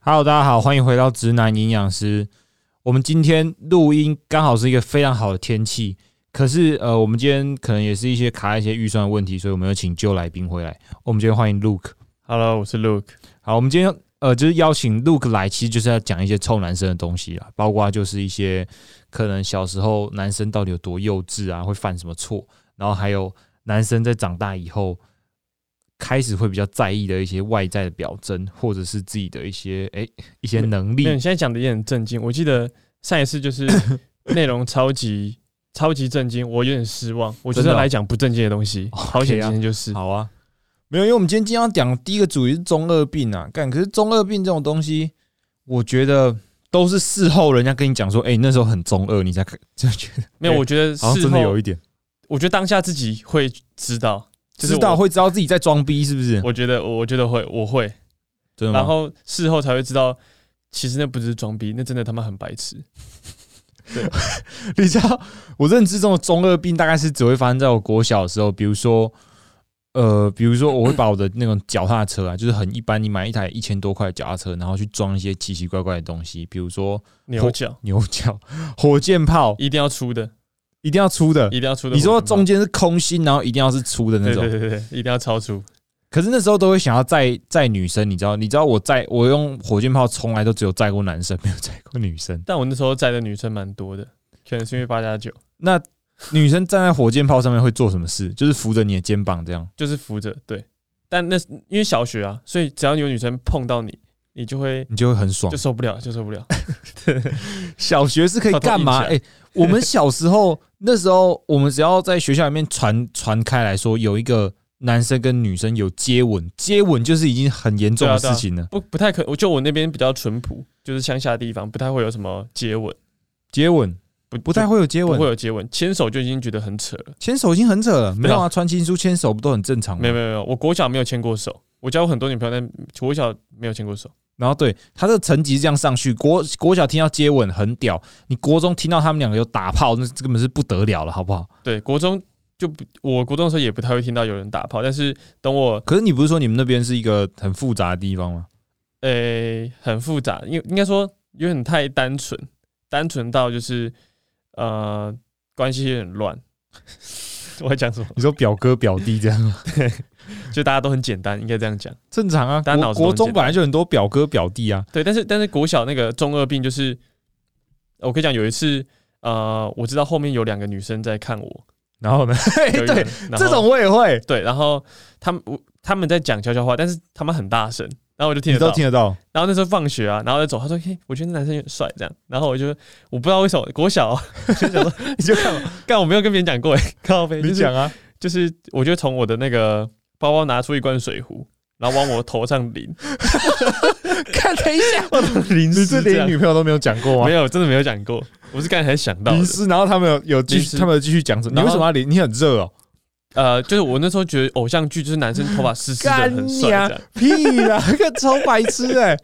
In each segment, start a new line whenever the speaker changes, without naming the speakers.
Hello，大家好，欢迎回到直男营养师。我们今天录音刚好是一个非常好的天气，可是呃，我们今天可能也是一些卡一些预算的问题，所以我们有请旧来宾回来。我们今天欢迎 Luke。
Hello，我是 Luke。
好，我们今天呃就是邀请 Luke 来，其实就是要讲一些臭男生的东西啦，包括就是一些可能小时候男生到底有多幼稚啊，会犯什么错，然后还有男生在长大以后开始会比较在意的一些外在的表征，或者是自己的一些诶、一些能力
那你现在讲的也很震惊。我记得上一次就是 内容超级超级震惊，我有点失望。我就
真
是
的
要
哦
来讲不正经的东西，
OK 啊
好险今天就是。
好啊，
没有，因为我们今天今天要讲第一个主题是中二病啊，干，可是中二病这种东西，我觉得
都是事后人家跟你讲说，哎、你那时候很中二，你才 看就觉得
没有，我觉得
哎好像
事
真的有
后，
一点，
我觉得当下自己会知道，就是
知
我
道。会知道自己在装逼，是不是？
我觉得，我觉得会，我会，
真的吗？
然后事后才会知道，其实那不是装逼，那真的他妈很白痴。
你知道，我认知中的中二病大概是只会发生在我国小的时候，比如说，呃，比如说我会把我的那种脚踏车啊，就是很一般，你买一台一千多块的脚踏车，然后去装一些奇奇怪怪的东西，比如说
牛角
牛角、火箭炮，
一定要出的，
一定要粗的。
一定要出的。
呃你说中间是空心，然后一定要是粗的那
对
种
对。对对，对一定要超出。
可是那时候都会想要载载女生，你知道？你知道我载我用火箭炮从来都只有载过男生，没有载过女生。
但我那时候载的女生蛮多的，可能是因为八加九，
那女生站在火箭炮上面会做什么事？就是扶着你的肩膀这样。
就是扶着对。但那是因为小学啊，所以只要有女生碰到你，你就会
你就会很爽
就，受不了，就受不了。
小学是可以干嘛？
偷偷
哎、
印
我们小时候那时候，我们只要在学校里面传传开来说，有一个男生跟女生有接吻，接吻就是已经很严重的
对啊对
事
啊
情了。
不不太可，我就我那边比较淳朴，就是乡下地方，不太会有什么接吻，
接吻
不
不太会有接
不会
吻，
有接吻，牵手就已经觉得很扯了。
牵手已经很扯了。没有
对
啊，传情书牵手不都很正常吗？
没有没有没有，我国小没有牵过手，我交过很多女朋友，但国小没有牵过手。
然后对他的层级是这样上去，国国小听到接吻很屌，你国中听到他们两个有打炮，那根本是不得了了，好不好？
对，国中就不，我国中的时候也不太会听到有人打炮，但是等我
可是你不是说你们那边是一个很复杂的地方吗？
诶、很复杂，应应该说有点太单纯，单纯到就是呃关系有点乱。 我在讲什么？
你说表哥表弟这样吗？
就大家都很简单，应该这样讲。
正常啊，
大家脑
国国
子都很
中
简单
本来就很多表哥表弟啊，
对，但是但是国小那个中二病就是，我可以讲有一次，呃，我知道后面有两个女生在看我，
然 后呢，嘿
有一个
对
人，然后
这种我也会，
对，然后他们我他们在讲悄悄话，但是他们很大声，然后我就听
你
得
都
到。
听得到，
然后那时候放学啊，然后再走，他说：“嘿，我觉得那男生很帅。”这样，然后我就我不知道为什么国小、啊、就想说，
你就看，
干我没有跟别人讲过，欸靠背，就
你
是
讲啊，
就是我就从我的那个包包拿出一罐水壶，然后往我头上 淋，
看等一 下，
淋
你是连女朋友都没有讲过吗？
没有，真的没有讲过，我是刚才才想到的
淋。湿，然后他们有有继
淋
续，
湿
他们有继续讲什么？你
然
为
后
什么要淋？你很热哦，
呃，就是我那时候觉得偶像剧就是男生 头发湿湿的
干
很
你
帅
啊
这样，
屁啦， 个超白痴哎，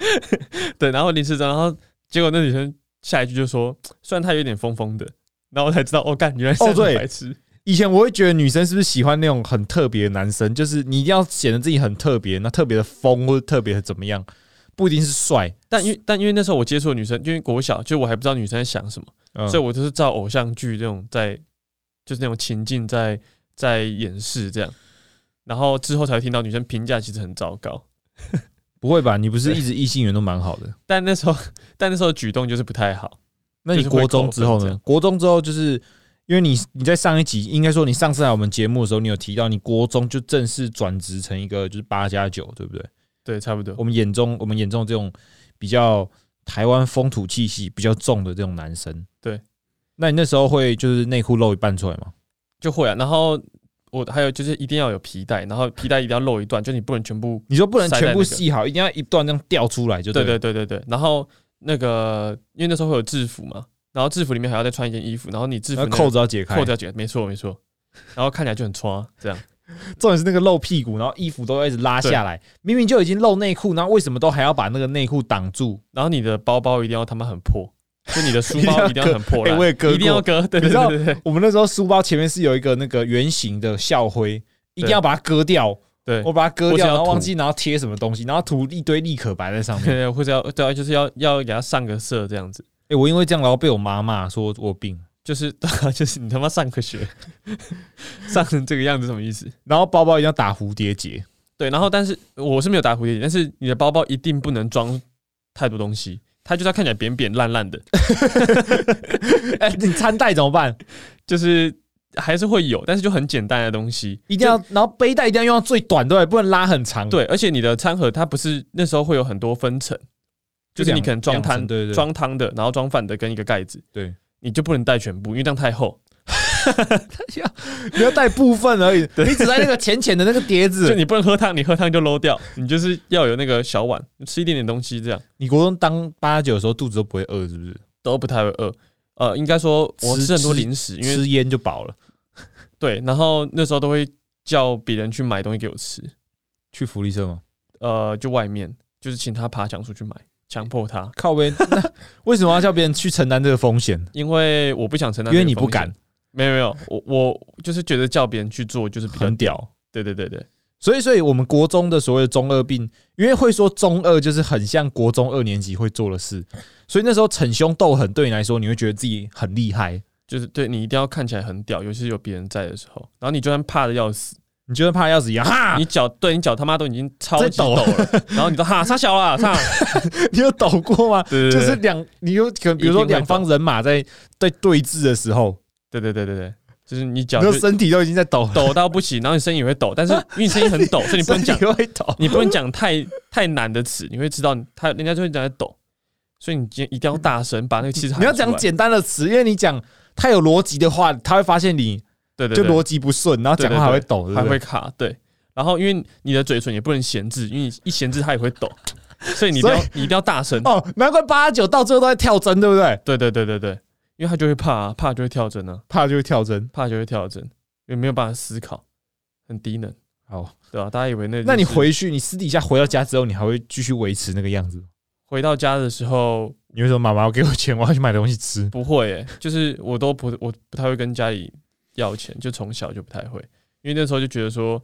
对，然后淋湿之后，然后结果那女生下一句就说，虽然她有点疯疯的，然后我才知道，哦，干，原来是
哦
很
对
白痴，
以前我会觉得女生是不是喜欢那种很特别的男生，就是你一定要显得自己很特别，那特别的疯或者特别的怎么样，不一定是帅，
但因为但因为那时候我接触的女生，因为国小，就我还不知道女生在想什么，
嗯
所以我就是照偶像剧这种在，就是那种情境在在演示这样，然后之后才会听到女生评价其实很糟糕，
不会吧？你不是一直异性缘都蛮好的？
但那时候 但那时候举动就是不太好，
那你
就是会
国中之后
扣分这
呢
样？
国中之后就是因为你你在上一集应该说你上次来我们节目的时候，你有提到你国中就正式转职成一个就是八加九，对不对？
对，差不多，
我们眼中我们眼中这种比较台湾风土气息比较重的这种男生，
对。
那你那时候会就是内裤露一半出来吗？
就会啊。然后我还有就是一定要有皮带，然后皮带一定要露一段，就你不能全部，
你说不能全部
塞在那个
系好，一定要一段这样掉出来就
对
了
对对对对。然后那个因为那时候会有制服嘛，然后制服里面还要再穿一件衣服，然后你制服
那
那个
扣子要解开，
扣掉解，没错没错，然后看起来就很穿这样。
重点是那个露屁股，然后衣服都要一直拉下来，明明就已经露内裤，然后为什么都还要把那个内裤挡住？
然后你的包包一定要他妈很破，就你的 书包
一
一
定
定
要
要
割
很破烂，
欸我也割过
一定要割，对
你
对
知道
对对对，
我们那时候书包前面是有一个那个圆形的校徽，一定要把它割掉，
对，
我把它割
或是
掉，
要
然后忘
涂
记然后贴什么东西，然后涂一堆立可白在上 面。
对，或者要对啊，就是要要给它上个色这样子，
哎，我因为这样然后被我妈骂说我有病，
就是 啊就是你他妈上个学，上成这个样子什么意思？
然后包包一定要打蝴蝶结，
对，然后但是我是没有打蝴蝶结，但是你的包包一定不能装太多东西，它就是要看起来扁扁烂烂的，
哎，你餐袋怎么办？
就是还是会有，但是就很简单的东西。
一定要，然后背带一定要用到最短，对，不能拉很长。，
对，而且你的餐盒它不是那时候会有很多分层，就是你可能装
两
汤
层对对对
装汤的，然后装饭的跟一个盖子，
对，
你就不能带全部，因为这样太厚，
你要带部分而已，你只带那个浅浅的那个碟
就
子。
你不能喝汤，你喝汤就 low 掉，你就是要有那个小碗，吃一点点东西这样。
你国中当八九的时候肚子都不会饿，是不是？
都不太会饿。呃，应该说我
吃
吃很多
吃
零食，因为
吃烟就饱了，
对，然后那时候都会叫别人去买东西给我吃，
去福利社吗？
呃，就外面就是请他爬墙出去买，强迫他，
靠 边，那为什么要叫别人去承担这个风险？
因为我不想承担，
因为你不敢，
没有没有，我我就是觉得叫别人去做就是比较
很，屌。
对对对对，
所以，所以我们国中的所谓的中二病，因为会说中二就是很像国中二年级会做的事，所以那时候逞凶斗狠对你来说，你会觉得自己很厉害，
就是对你一定要看起来很屌，尤其是有别人在的时候，然后你就算怕的要死，
你觉得怕要死一样，哈，
你脚对你脚他妈都已经超
啊在
级抖
抖
了，然后你都哈傻小啦，傻，
你有抖过吗？
对对
就
对
是两，你有可能比如说
一定会
两方人马在在对峙的时候，
对对对对对，就是你脚
你
就
的身体都已经在抖了，
抖到不行，然后你声音也会抖，但是因为你声音很抖， 所以你不能
身体
讲，
会抖。
你不能讲太太难的词，你会知道他人家就会讲在抖，所以你今天一定要大声把那个气场。
你要讲，简单的词，因为你讲太有逻辑的话，他会发现你
对对
就
对，
逻辑不顺，然后讲话还会抖，
还
对不对
会卡，对。然后因为你的嘴唇也不能闲置，因为你一闲置它也会抖，所以你一定要
所
你一定要大声。
哦，难怪八九到最后都在跳针，对不对？
对对对对对，因为他就会怕、啊，怕就会跳针啊，
怕就会跳针。
怕就会跳针，因为没有办法思考，很低能，
好，
对吧、大家以为那就是
那你回去，你私底下回到家之后，你还会继续维持那个样子吗？
回到家的时候，
你会说妈妈，我给我钱，我要去买东西吃。
不会、欸，就是我都不我不太会跟家里要钱，就从小就不太会，因为那时候就觉得说，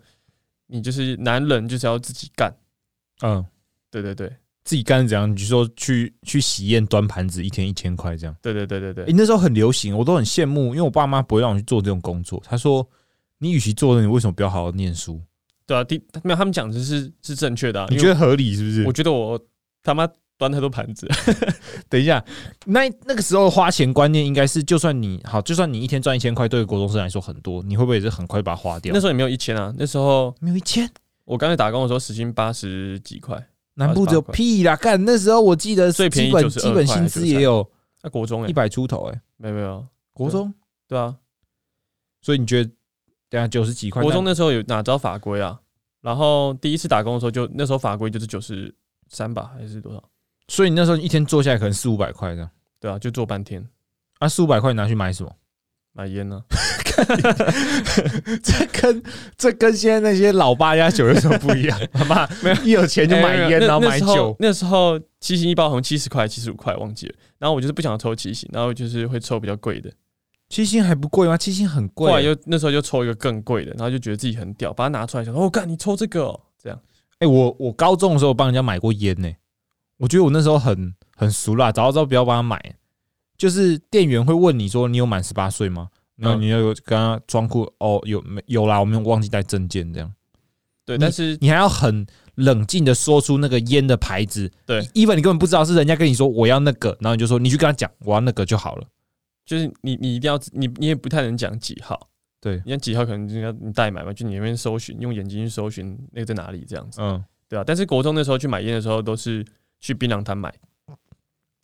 你就是男人就是要自己干，
嗯，
对对对
自己干是怎样？你就说去去喜宴端盘子，一天一千块这样。
对对对对
诶，
对，
那时候很流行，我都很羡慕，因为我爸妈不会让我去做这种工作。他说，你与其做这，你为什么不要好好念书？
对啊，第没有他们讲的是是正确的、啊，
你
因
觉
为
得合理是不是
我？觉得我他妈端太多盘子，
等一下，那那个时候花钱观念应该是，就算你好，就算你一天赚一千块，对于国中生来说很多，你会不会也是很快把它花掉？
那时候也没有一千啊，那时候
没有一千，
我刚才打工的时候时薪八十几块，
南部只有
88块
屁啦！干那时候我记得
最便宜
基本
92
基本薪资也有
那、国中哎、
一
欸，
百出头哎、
没有没有，
国中，
对啊，
所以你觉得等下九十几块？
国中那时候有哪招法规啊？然后第一次打工的时候就那时候法规就是九十三吧，还是多少？
那所以你那时候一天做下来可能四五百块这样，
对啊，就做半天。
啊，四五百块你拿去买什么？
买烟 啊呢、
这 跟这跟现在那些老八压酒有什么不 一样？他妈，没有一有钱就买
哎
烟，
那
然后买
那时
酒
候。那时候七星一包好像七十块、七十五块，忘记了。然后我就是不想抽七星，然后就是会抽比较贵的。
七星还不贵吗？七星很
后
贵、啊
来又那时候就抽一个更贵的，然后就觉得自己很屌，把它拿出来想说：“哦，干你抽这个、哦，这样
哎、我我高中的时候帮人家买过烟呢、我觉得我那时候很很俗啦，早知道不要帮他买。就是店员会问你说你有满十八岁吗？然后
嗯
你要有跟他装酷哦，有没有啦？我们忘记带证件这样，
对。”但是
你还要很冷静的说出那个烟的牌子。
对
，even 你根本不知道是人家跟你说我要那个，然后你就说你去跟他讲我要那个就好了。
就是你你一定要你你也不太能讲几号，
对，
你讲几号可能就要你代买嘛，就你那边搜寻，用眼睛去搜寻那个在哪里这样子，
嗯，
对啊。但是国中那时候去买烟的时候都是去槟榔摊买，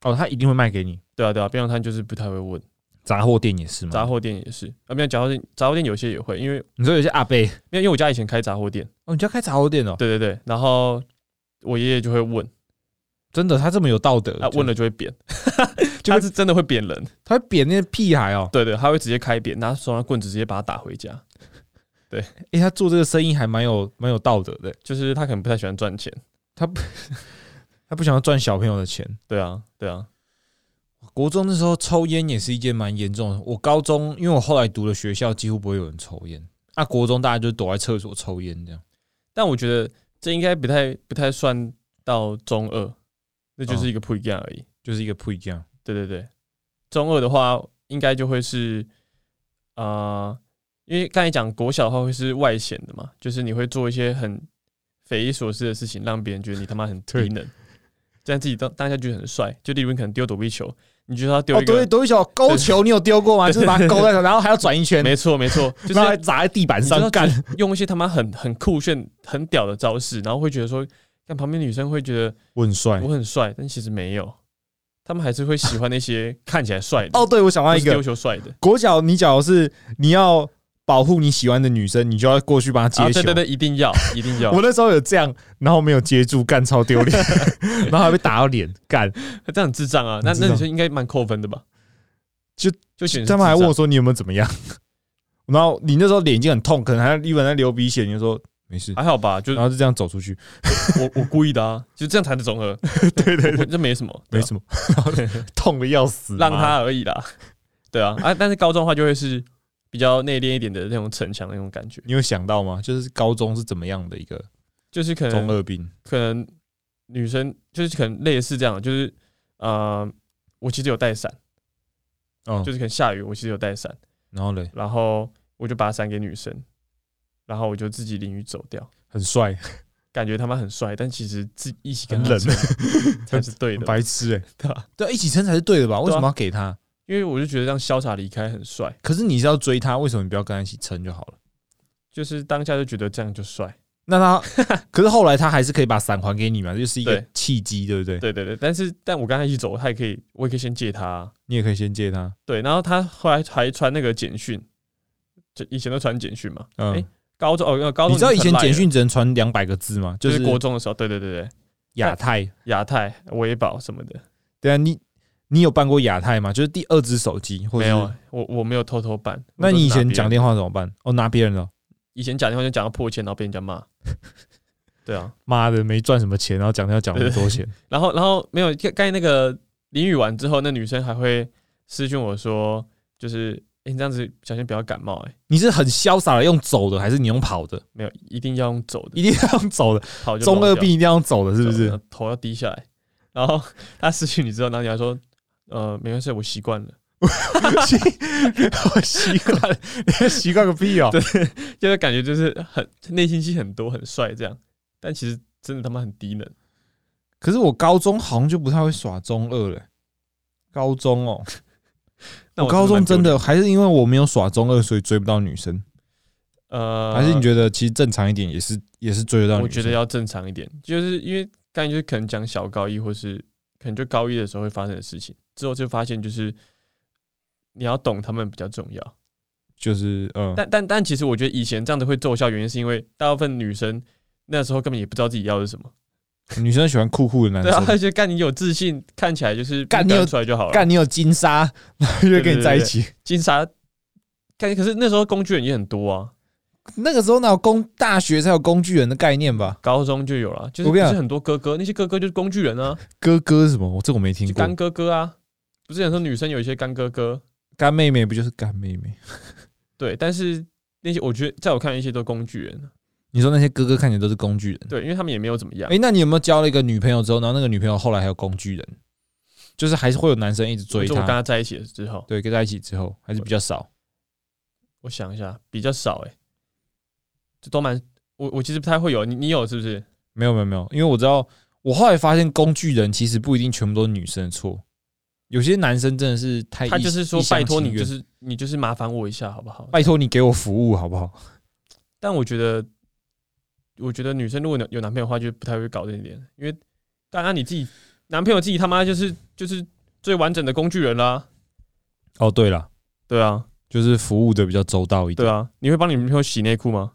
哦，他一定会卖给你。
对啊对啊，槟榔摊就是不太会问，
杂货店也是吗？
杂货店也是啊，没有杂货店杂货店有些也会，因为
你说有些阿伯
因为因为我家以前开杂货店，
哦，你就要开杂货店哦？
对对对，然后我爷爷就会问，
真的，他这么有道德
他问
了，
了就会扁，
就
他是真的会啊扁人，
他会扁那些屁孩哦。
对对，他会直接开扁，拿手上棍子直接把他打回家，
哎、他做这个生意还蛮有蛮有道德的，
就是他可能不太喜欢赚钱，
他不想要赚小朋友的钱。
对啊对啊，
国中那时候抽烟也是一件蛮严重的。我高中因为我后来读的学校几乎不会有人抽烟，啊，国中大家就躲在厕所抽烟这样。
但我觉得这应该不太不太算到中二，那就是一个不一样而已。
就是一个不一样。
对对对，中二的话应该就会是，啊，因为刚才讲国小的话会是外显的嘛，就是你会做一些很匪夷所思的事情，让别人觉得你他妈很低能，这样自己当当下觉得很帅。就例如你可能丢躲避球，你觉得他丢
哦，
一个，
躲躲一球勾球，你有丢过吗？
对
就是把它勾在手，然后还要转一圈，
没错没错， 就是
然后还砸在地板
你知道
上干。
用一些他妈很很酷炫、很屌的招式，然后会觉得说，但旁边女生会觉得
我很
哎
帅
我很帅，但其实没有，他们还是会喜欢那些看起来帅的，
哦，对，我想到
不
一
是丢
个
球帅的。
国脚，你假如是你要保护你喜欢的女生，你就要过去帮她接
啊，
球。
对对对，一 定要，一定要
我，那时候有这样，然后没有接住，干超丢 脸，然后还被打到脸，干。
这样很智障啊！那
很智
那
障
女生应该蛮扣分的吧？
就
就显示
他们还
智
问
障
我说你有没有怎么样，然后你那时候脸已经很痛，可能还一本在流鼻血，你就说没事，
还好吧，就是
然后就这样走出去，
我我故意的啊，就这样才是 综合，
对对
我
对，
这没什么，对
没
啊
什么，然后就痛的要死，
让
妈
他而已啦。 对啊，啊，但是高中的话就会是比较内敛一点的那种逞强的那种感觉，
你有想到吗？就是高中是怎么样的一个
就是可能
中二病？
可能女生就是可能类似这样，就是呃，我其实有带伞，
嗯
就是可能下雨，我其实有带伞，
然后嘞，
然后我就把伞给女生，然后我就自己淋雨走掉，
很帅，
感觉他妈很帅，但其实自一起跟
很
他
冷
走才是对
很
的，
白痴哎、
对吧？
对啊，一起撑才是对的吧？为什么要给他？
因为我就觉得这样潇洒离开很帅，
可是你是要追他，为什么你不要跟他一起撑就好了？
就是当下就觉得这样就帅，
那 他，可是后来他还是可以把伞还给你嘛，就是一个
对
契机，对不对？
对对对。但是但我跟他一起走，他也可以，我也可以先借他啊、
你也可以先借他，
对，然后他后来还传那个简讯，就以前都传简讯嘛，
嗯，
诶高中哦，高中
你知道以前
很赖
简
了
讯只能传两百个字吗？
就
就是是
国中的时候，对对对对，
亚太，
亚太、维保什么的，
对啊，你你有办过亚太吗？就是第二只手机，或者
没
是
有，啊我我没有偷偷办。
那
我都是
你以前
拿别人
讲电话怎么办？哦，拿别人的哦，
以前讲电话就讲到破千，然后被人家骂， 对啊，
妈的，没赚什么钱，然后讲电话讲那么多钱，
然后然后没有，刚刚才那个淋雨完之后，那女生还会私讯我说，就是诶你这样子小心不要感冒、欸，
你是很潇洒的用走的，还是你用跑的？
没有，一定要用走的，
一定要用走的，
跑就
中
漏
二
掉
病一定要用走的，是不
走然
是？
后头要低下来，然后 他私讯你之后，然后你还说，呃，没关系，我习惯了，
习 我习惯了， 你习惯个屁哦！
就是感觉就是很内心戏很多，很帅这样，但其实真的他妈很低能。
可是我高中好像就不太会耍中二了、高中哦，
那
我高中真
蛮
的还是因为我没有耍中二，所以追不到女生。
丢脸呃，
还是你觉得其实正常一点也是也是追得到女
我
生？
觉得要正常一点，就是因为刚才就是可能讲小高一，或是可能就高一的时候会发生的事情，之后就发现就是你要懂他们比较重要。
就是嗯，
但但但其实我觉得以前这样子会奏效，原因是因为大部分女生那时候根本也不知道自己要的是什么，
女生喜欢酷酷的男
对啊，
生。
而且干你有自信，看起来就是
干
不
你有
敢出来就好了。
干你有金沙， 然后就会跟你在一起。
金沙，干可是那时候工具人也很多啊，
那个时候哪有工大学才有工具人的概念吧？
高中就有了，就是
我
不
跟你
是
讲
很多哥哥，那些哥哥就是工具人啊，
哥哥什么？我这我没听
就
过
干。哥哥啊，不是有时候女生有一些干哥哥。
干妹妹不就是干妹妹？
对，但是那些我觉得在我看来，一些都工具人，
你说那些哥哥看起来都是工具人。
对，啊因为他们也没有怎么样。
哎、那你有没有交了一个女朋友之后，然后那个女朋友后来还有工具人？就是还是会有男生一直追
就我跟
她。
他在一起了之后，
对，跟在一起之后还是比较少。
我想一下，比较少哎、就都蛮我我其实不太会有，你你有是不是？
没有没有没有，因为我知道，我后来发现工具人其实不一定全部都是女生的错，有些男生真的是太
他
哎一
就是说
一，厢
拜托
情
你，
愿
就是你就是麻烦我一下好不好？
拜托你给我服务好不好？
但我觉得，我觉得女生如果有有男朋友的话，就不太会搞这一点，因为当然你自己男朋友自己他妈就是就是最完整的工具人啦。
哦，对了，
对啊，
就是服务的比较周到一点。
对啊，你会帮你女朋友洗内裤吗？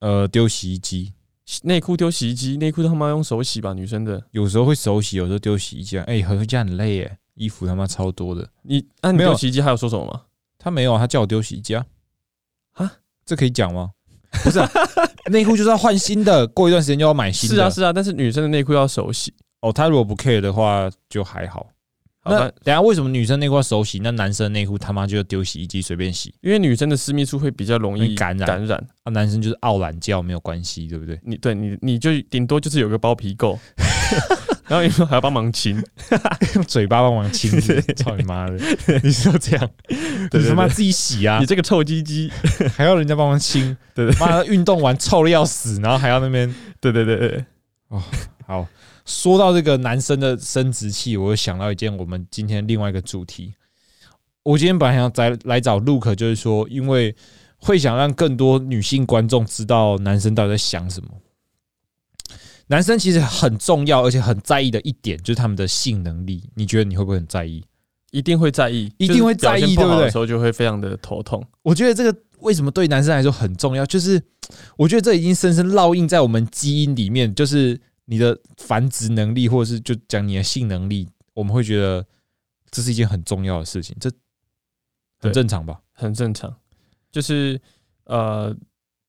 呃，丢洗衣机，
洗内裤丢洗衣机，内裤他妈用手洗吧，女生的。
有时候会手洗，有时候丢洗衣机啊。哎、回家很累哎，衣服他妈超多的。
你啊，你
没有
丢洗衣机还有说什么吗？
他没有啊，他叫我丢洗衣机啊。
啊，
这可以讲吗？ 不是、啊，内裤就是要换新的，过一段时间就要买新的。
啊是啊，是啊，但是女生的内裤要手洗，
哦，他如果不 care 的话，就还好。
好
那
吧，
等一下为什么女生内裤要手洗，那男生内裤他妈就丢洗衣机随便洗？
因为女生的私密处会比较容
容
易
易感染
感染
啊，男生就是傲懒觉没有关系，对不对？
你对你你就顶多就是有个包皮 垢，然后你还要帮忙清，
用 嘴巴帮 忙亲自，操你妈的！ 你说这样，
对
你他妈自己洗 啊
你，这个臭鸡鸡，
还要人家帮忙亲，
对对
妈的运动完臭的要死，然后还要那边
对对对对，
好。说到这个男生的生殖器，我又想到一件我们今天另外一个主题。我今天本来想来来找 Luke，就是说，因为会想让更多女性观众知道男生到底在想什么。男生其实很重要，而且很在意的一点就是他们的性能力。你觉得你会不会很在意？
一定会在意，
一定会在意
就是表现不好
对不对
的时候就会非常的头痛，
我觉得这个为什么对男生来说很重要，就是我觉得这已经深深烙印在我们基因里面，就是你的繁殖能力，或者是就讲你的性能力，我们会觉得这是一件很重要的事情，这很
对
正常吧？
很正常。就是呃，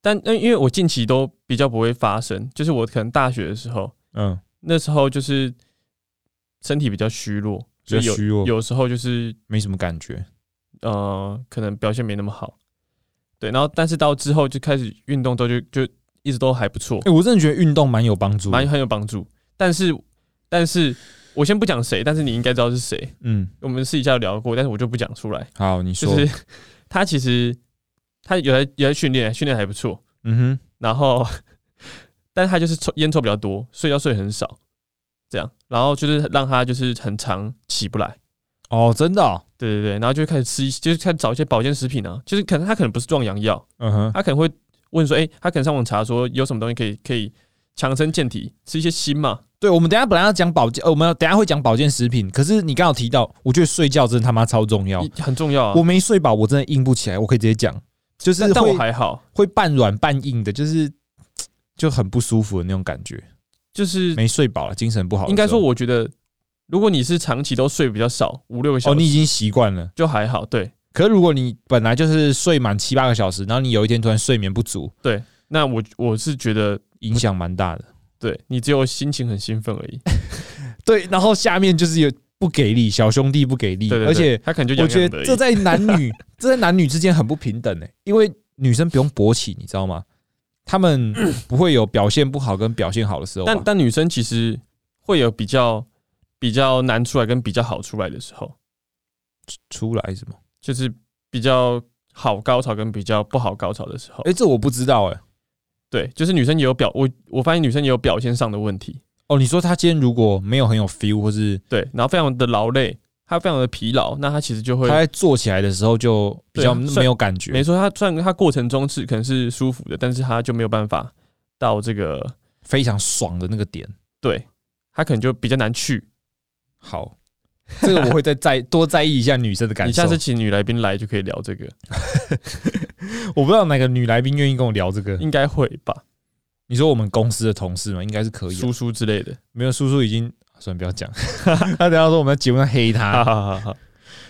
但但因为我近期都比较不会发生，就是我可能大学的时候，
嗯，
那时候就是身体比较虚弱，所
比
以
较
有
虚弱，
有时候就是
没什么感觉，
呃，可能表现没那么好。对，然后但是到之后就开始运动之后就，就一直都还不错
哎、，我真的觉得运动蛮有帮助的，嗯
蛮很有帮助。但是，但是我先不讲谁，但是你应该知道是谁。
嗯，
我们私底下有聊过，但是我就不讲出来。
好，你说，
就是他其实他有在有在训练，训练还不错。
嗯哼，
然后， 但是他就是抽烟抽比较多，睡觉睡很少，这样。然后就是让他就是很长起不来。
哦，真的、哦，
对对对，然后就开始吃一，就是开始找一些保健食品啊，就是可能他可能不是壮阳药，
嗯哼，
他可能会问说，哎、他可能上网查说有什么东西可以可以强身健体，吃一些锌嘛，
对，我们等一下本来要讲保健，呃，我们等一下会讲保健食品，可是你刚好提到，我觉得睡觉真的他妈超重要，
一很重要啊。
我没睡饱，我真的硬不起来。我可以直接讲，就是
但但
会
我还好，
会半软半硬的，就是就很不舒服的那种感觉。
就是
没睡饱了，精神不好的时候。
应该说，我觉得如果你是长期都睡比较少，五六个小
哦，
时，
你已经习惯了。
就还好。对，
可是如果你本来就是睡满七八个小时，然后你有一天突然睡眠不足，
那我我是觉得，
影响蛮大的。
对你只有心情很兴奋而已。
对，然后下面就是有不给力，小兄弟不给力，
对对对，
而且
他可能就
我
痒
觉
痒的而
得
已
这在男女 这在男女之间很不平等诶、欸因为女生不用勃起，你知道吗？他们不会有表现不好跟表现好的时候吧，
但但女生其实会有比较比较难出来跟比较好出来的时候，
出来什么？
就是比较好高潮跟比较不好高潮的时候。
哎、这我不知道诶、
对，就是女生也有表，我我发现女生也有表现上的问题，
哦，你说他今天如果没有很有 feel，或是
对，然后非常的劳累，她非常的疲劳，那她其实就
他
会，
在做起来的时候就比较
对啊
没有感觉，
没错，她虽然她过程中是可能是舒服的，但是她就没有办法到这个，
非常爽的那个点。
对，她可能就比较难去。
好，这个我会再在多在意一下女生的感
你
受。
下次请女来宾来就可以聊这个，
我不知道哪个女来宾愿意跟我聊这个。
应该会吧，
你说我们公司的同事嘛，应该是可以啊。
叔叔之类的。
没有叔叔已经，啊算了不要讲。 他等一下说我们在节目上黑
哈
他，
哈哈哈，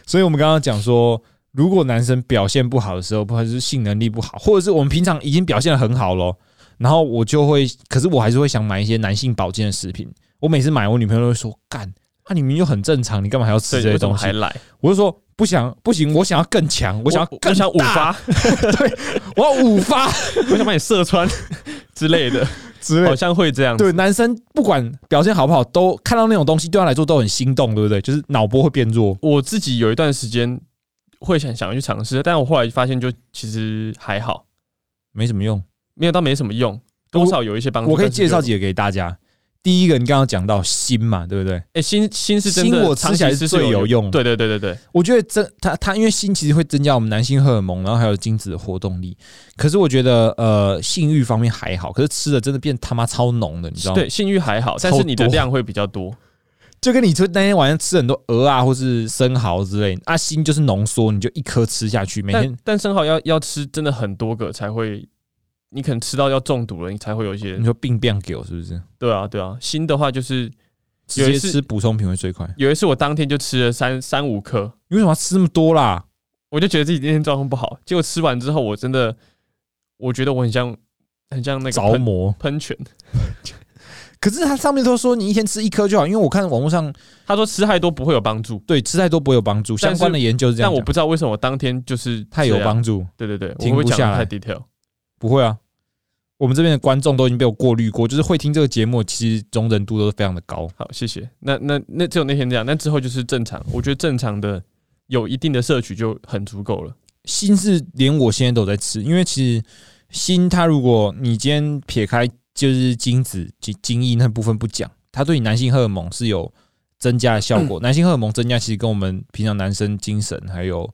所以我们刚刚讲说，如果男生表现不好的时候，不管是性能力不好，或者是我们平常已经表现的很好咯，然后我就会，可是我还是会想买一些男性保健的食品。我每次买，我女朋友都会说：“干，啊，你明明就很正常，你干嘛还要吃
对，
这些
为什么
东西
还来？？”
我就说：“不想，不行，我想要更强，我想要更
我想五
大，
发，
我要五发
我想把你射穿 之类的，
之
好
类。
像会这样”子。
对，男生不管表现好不好，都看到那种东西，对他来说都很心动，对不对？就是脑波会变弱。
我自己有一段时间会想想要去尝试，但我后来发现就其实还好，
没什么用。
没有到没什么用，多少有一些帮助。
我可以
但是就
介绍几个给大家。第一个，你刚刚讲到心嘛，对不对？
哎，心心是真的，
锌我吃起来是最有用的
对对对对对，
我觉得这它它因为锌其实会增加我们男性荷尔蒙，然后还有精子的活动力。可是我觉得呃性欲方面还好，可是吃的真的变他妈超浓的，你知道吗？
对，性欲还好，但
超
是
多
你的量会比较多。
就跟你说那天晚上吃很多鹅啊或是生蚝之类，啊锌就是浓缩，你就一颗吃下去，每天
但但生蚝要要吃真的很多个才会，你可能吃到要中毒了，你才会有一些
你。说病变给我是不是？
对啊对啊，锌的话就是
直
有
接
一次
吃补充品会最快。
有一次我当天就吃了三三五颗，
你为什么要吃那么多啦？
我就觉得自己今天状况不好，结果吃完之后，我真的，我觉得我很像很像那个
着
喷
魔。
喷泉，
可是它上面都说你一天吃一颗就好，因为我看网络上
他说吃太多不会有帮助，
对吃太多不会有帮助，
但
相
是
关的研究是这样讲。
但我不知道为什么我当天就是
太有
这样。
帮助，
对对对，我
停
会
不
讲
下
的
来
太 detail。
不会啊。我们这边的观众都已经被我过滤过，就是会听这个节目，其实容忍度都是非常的高。
好，谢谢。那那那只有那天这样，那之后就是正常。我觉得正常的有一定的摄取就很足够了。
锌是连我现在都有在吃，因为其实锌它如果你今天撇开就是精子精精液那部分不讲，它对你男性荷尔蒙是有增加的效
嗯
果。男性荷尔蒙增加其实跟我们平常男生精神还有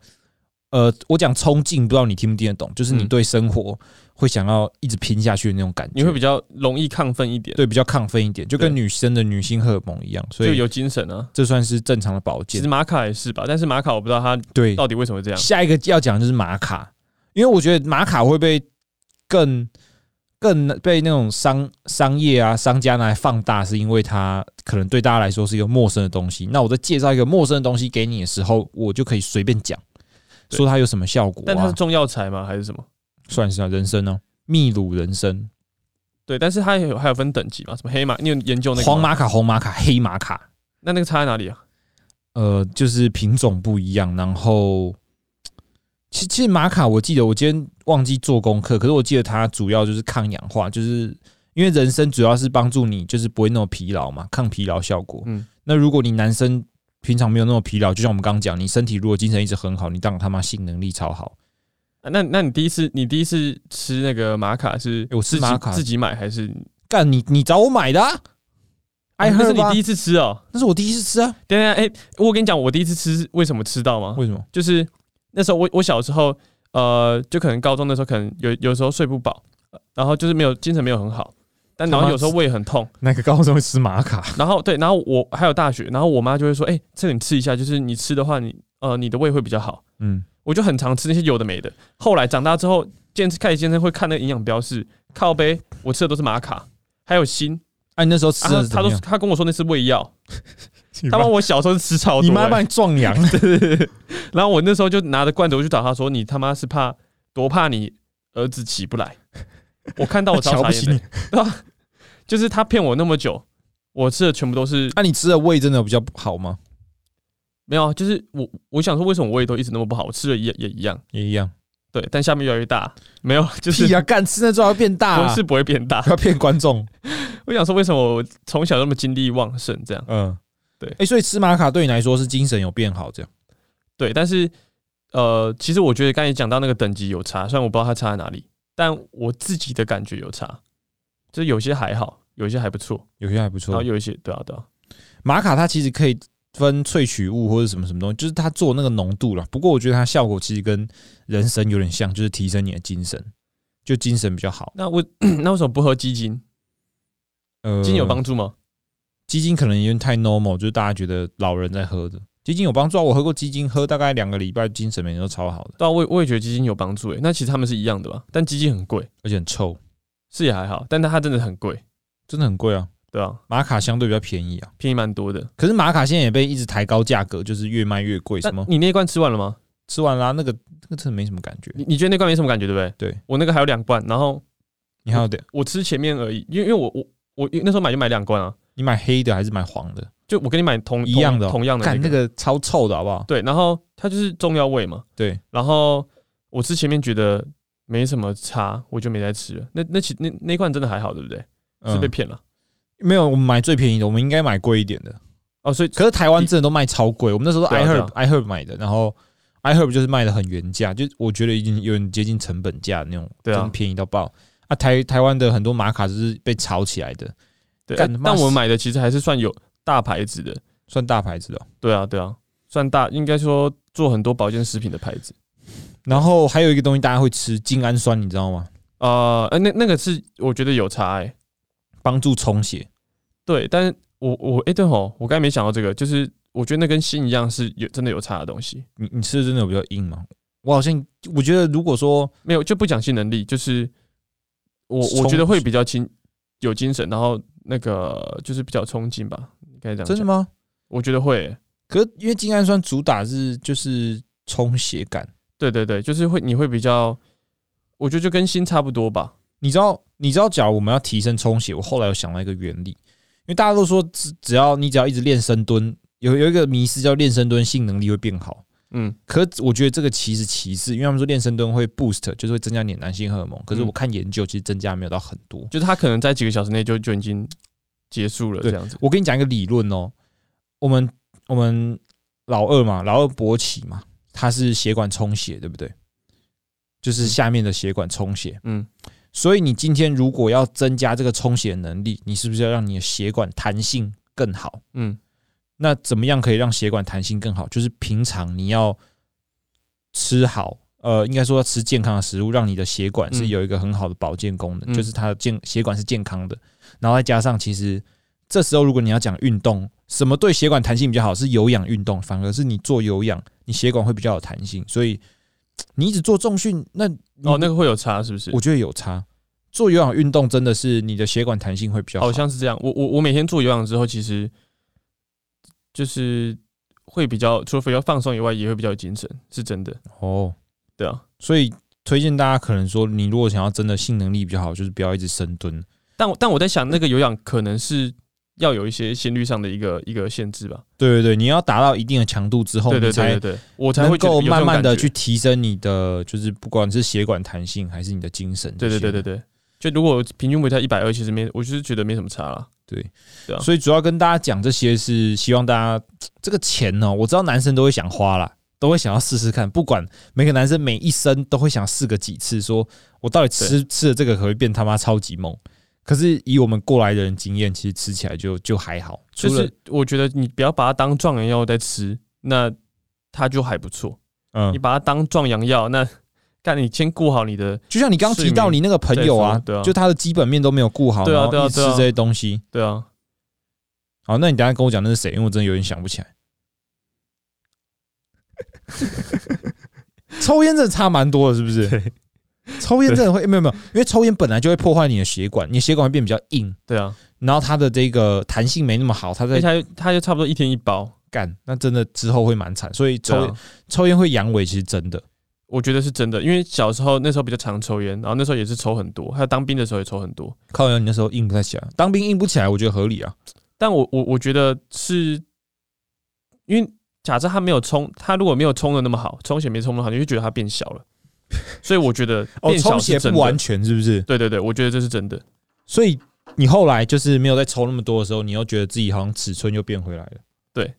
呃，我讲冲劲，不知道你听不听得懂，就是你
嗯
对生活会想要一直拼下去的那种感觉，
你会比较容易亢奋一点，
对比较亢奋一点，就跟
对
女生的女性荷尔蒙一样，所
就
以
有精神啊。
这算是正常的保
其
健
实。玛卡也是吧，但是玛卡我不知道它
对，
到底为什么会这样。
下一个要讲的就是玛卡，因为我觉得玛卡会被更更被那种商商业啊商家拿来放大，是因为它可能对大家来说是一个陌生的东西。那我在介绍一个陌生的东西给你的时候，我就可以随便讲，
对
说它有什么效果、啊。
但它是中药材吗？还是什么？
算是啊，人参哦，秘鲁人参、
对，但是它有还有分等级嘛？什么黑马？你有研究那个吗
黄？玛卡、红玛卡、黑玛卡，
那那个差在哪里啊？
呃，就是品种不一样，然后。其其实玛卡，我记得我今天忘记做功课，可是我记得它主要就是抗氧化，就是因为人参主要是帮助你就是不会那么疲劳嘛，抗疲劳效果。
嗯，
那如果你男生平常没有那么疲劳，就像我们刚刚讲，你身体如果精神一直很好，你当然他妈性能力超好。
啊那那你第一次你第一次吃那个玛卡是
欸我吃
自己
玛卡
自己买还是？
干你你找我买的、啊，爱
哎那
喝
是你
吧
第？一次吃哦。
那是我第一次吃啊，
等一下，哎，我跟你讲，我第一次吃是为什么吃到吗？
为什么？
就是那时候我我小时候，呃，就可能高中的时候，可能有有时候睡不饱，然后就是没有精神没有很好，但然
他
后
妈
有时候胃 很痛，
那个高中会吃玛卡？
然后对，然后我还有大学，然后我妈就会说，哎、这个你吃一下，就是你吃的话你，呃你的胃会比较好。
嗯，
我就很常吃那些有的没的。后来长大之后健开始健身会看那个营养标示，靠背我吃的都是玛卡，还有锌，
哎、你那时候吃
啊、
的是
他
怎
他
么
都
样？
他跟我说那是胃药，
你
他
妈
妈我小时候是吃超多、
你妈
欸
把你壮阳，
然后我那时候就拿着罐头去找他说：“你他妈是怕多怕你儿子起不来？” 我看到我
瞧不
超傻
起你
眼的，。对啊，就是他骗我那么久，我吃的全部都是
那、你吃的胃真的比较不好吗？
没有啊，就是我我想说为什么我胃都一直那么不好，我吃了也也一样，
也一样。
对，但下面越来越大，没有，就是
屁啊，干吃那之后要变大、
不
啊，
是不会变大
不。 要骗观众。
我想说为什么我从小那么精力旺盛这样？
嗯，
对
哎、所以吃玛卡对你来说是精神有变好这样。
对，但是呃，其实我觉得刚才讲到那个等级有差，虽然我不知道它差在哪里，但我自己的感觉有差，就是有些还好，有些还不错。
有些还不
然后
错，
有一些对啊对啊，
玛卡它其实可以分萃取物或者什么什么东西，就是它做那个浓度啦。不过我觉得它效果其实跟人参有点像，就是提升你的精神，就精神比较好。
那为 那为什么不喝鸡精？
呃，
鸡精有帮助吗？
鸡精可能因为太 normal，就是大家觉得老人在喝的鸡精有帮助、啊。我喝过鸡精，喝大概两个礼拜，精神每天都超好的，
对啊，我也我也觉得鸡精有帮助欸诶。那其实他们是一样的吧？但鸡精很贵，
而且很臭，
是也还好，但它它真的很贵，
真的很贵啊。
对啊，
玛卡相对比较便宜啊，
便宜蛮多的。
可是玛卡现在也被一直抬高价格，就是越卖越贵。
那
什么
你那一罐吃完了吗？
吃完啦、那个那个真的没什么感觉。
你你觉得那罐没什么感觉对不对？
对，
我那个还有两罐，然后
你还有的，
我吃前面而已，因为因为我我我因为那时候买就买两罐啊，
你买黑的还是买黄的？
就我跟你买同
一样的哦
同同样的
看那
那个，
个超臭的好不好？
对，然后它就是中药味嘛，
对，
然后我吃前面觉得没什么差，我就没再吃了。那那其那那一罐真的还好，对不对？是被
嗯、
骗了
没有，我们买最便宜的，我们应该买贵一点的。
哦，所以
可是台湾真的都卖超贵，我们那时候
对啊
iHerb
对
iHerb 买的，然后 iHerb 就是卖的很原价，就我觉得已经有点接近成本价那种，
对啊
真的便宜到爆。啊，台台湾的很多玛卡就是被炒起来的，
对，
干
呃
他妈
但我
死
买的其实还是算有大牌子的，
算大牌子的哦、
对啊，对啊，算大，应该说做很多保健食品的牌子。
然后还有一个东西大家会吃精氨酸，你知道吗？
啊，呃，那那个是我觉得有差哎、
帮助充血。
对，但是我我哎、对吼，我刚才没想到这个，就是我觉得那跟锌一样是有真的有差的东西，
你你吃的真的有比较硬吗？我好像我觉得如果说
没有就不讲性能力，就是我我
冲
觉得会比较精有精神，然后那个就是比较冲劲吧，应该这样
真的
讲
吗？
我觉得会欸、
可是因为精氨酸主打是就是充血感，
对对对，就是会你会比较，我觉得就跟锌差不多吧，
你知道你知道，假如我们要提升充血，我后来有想到一个原理，因为大家都说只只要你只要一直练深蹲，有有一个迷思叫练深蹲性能力会变好，
嗯，
可我觉得这个其实其次，因为他们说练深蹲会 boost，就是会增加你的男性荷尔蒙，可是
嗯
我看研究其实增加没有到很多。
就是他可能在几个小时内就就已经结束了
对
这样子。
我跟你讲一个理论哦，我们我们老二嘛，老二勃起嘛，它是血管充血，对不对？就是下面的血管充血，
嗯，
所以你今天如果要增加这个充血能力，你是不是要让你的血管弹性更好？
嗯，
那怎么样可以让血管弹性更好？就是平常你要吃好，呃，应该说要吃健康的食物，让你的血管是
嗯
有一个很好的保健功能，
嗯
就是它的健血管是健康的。然后再加上，其实这时候如果你要讲运动，什么对血管弹性比较好？是有氧运动，反而是你做有氧，你血管会比较有弹性。所以你一直做重训，那
哦，那个会有差是不是？
我觉得有差。做有氧运动真的是你的血管弹性会比较好，
好哦像是这样。我我我每天做有氧之后，其实就是会比较，除了比较放松以外，也会比较有精神，是真的。
哦。
对啊，
所以推荐大家可能说，你如果想要真的性能力比较好，就是不要一直深蹲。
但我但我在想，那个有氧可能是要有一些心率上的一个一个限制吧。
对对对，你要达到一定的强度之后，
对对对
你
对对，我
才
才
能
会觉得
够
有这种
慢慢的
感觉
去提升你的，就是不管是血管弹性还是你的精神这
对
些。
对对对对，就如果平均维在一百二，其实没，我就是觉得没什么差啦。对啊
所以主要跟大家讲这些是希望大家这个钱呢、我知道男生都会想花啦，都会想要试试看，不管每个男生每一生都会想试个几次，说我到底吃吃了这个可不可以变他妈超级猛。可是以我们过来的人经验，其实吃起来就就还好，除
就
了
是我觉得你不要把它当壮阳药在吃，那它就还不错。你
嗯，
把它当壮阳药，那 干你先顾好你的，
就像你刚刚提到你那个朋友啊
睡眠再说对，啊
就他的基本面都没有顾好，
对啊
然后
对啊
一直吃
对啊
这些东西。
对啊，
好，那你等一下跟我讲那是谁，因为我真的有点想不起来。 抽烟真的差蛮多的，是不是？抽烟真的会没有没有，因为抽烟本来就会破坏你的血管，你的血管会变比较硬，
对啊，
然后它的这个弹性没那么好，它
而
在
且它就它就差不多一天一包，
干，那真的之后会蛮惨。所以
对
抽、
啊
抽烟会阳痿，其实真的。
我觉得是真的，因为小时候那时候比较常抽烟，然后那时候也是抽很多，还有当兵的时候也抽很多。
靠腰，你那时候硬不太起来，当兵硬不起来，我觉得合理啊。
但我我我觉得是，因为假设他没有冲，他如果没有冲的那么好，充血没冲的好，你就觉得他变小了。所以我觉得
哦，
变小
抽血
是真
不
的。
完全是不是？
对对对，我觉得这是真的。
所以你后来就是没有再抽那么多的时候，你又觉得自己好像尺寸又变回来了。
对，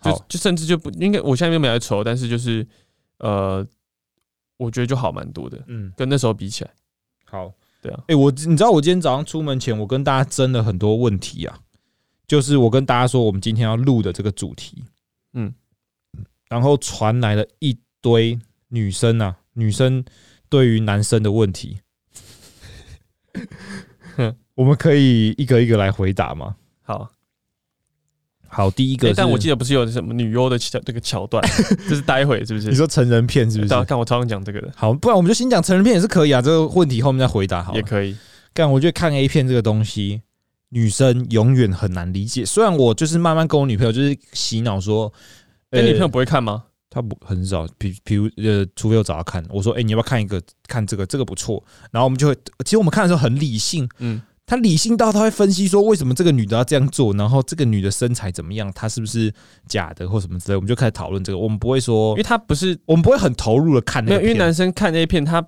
就
好，
就甚至就不应该，我现在没有在抽，但是就是呃，我觉得就好蛮多的，
嗯，
跟那时候比起来。
好，
对啊
哎、我你知道我今天早上出门前，我跟大家争了很多问题啊，就是我跟大家说我们今天要录的这个主题，
嗯，
然后传来了一堆女生啊，女生对于男生的问 题
哼，
我们可以一个一个来回答吗？
好，
好，第一个
对，
是，
但我记得不是有什么女优的桥这个桥 段，这是待会是不是？
你说成人片是不是
对啊，？看我超常讲这个的，
好，不然我们就先讲成人片也是可以啊，这个问题后面再回答好了
也。可以。
干，我觉得看 A 片这个东西，女生永远很难理解。虽然我就是慢慢跟我女朋友就是洗脑说，
那
呃
女朋友不会看吗？
她不很少，比比如呃，除非我找她看，我说，哎、你要不要看一个看这个，这个不错。然后我们就会，其实我们看的时候很理性，
嗯，
她理性到她会分析说为什么这个女的要这样做，然后这个女的身材怎么样，她是不是假的或什么之类，我们就开始讨论这个。我们不会说
因为，她不是
我们不会很投入的看
没
那
有，
个
因为
片。
男生看 A 片他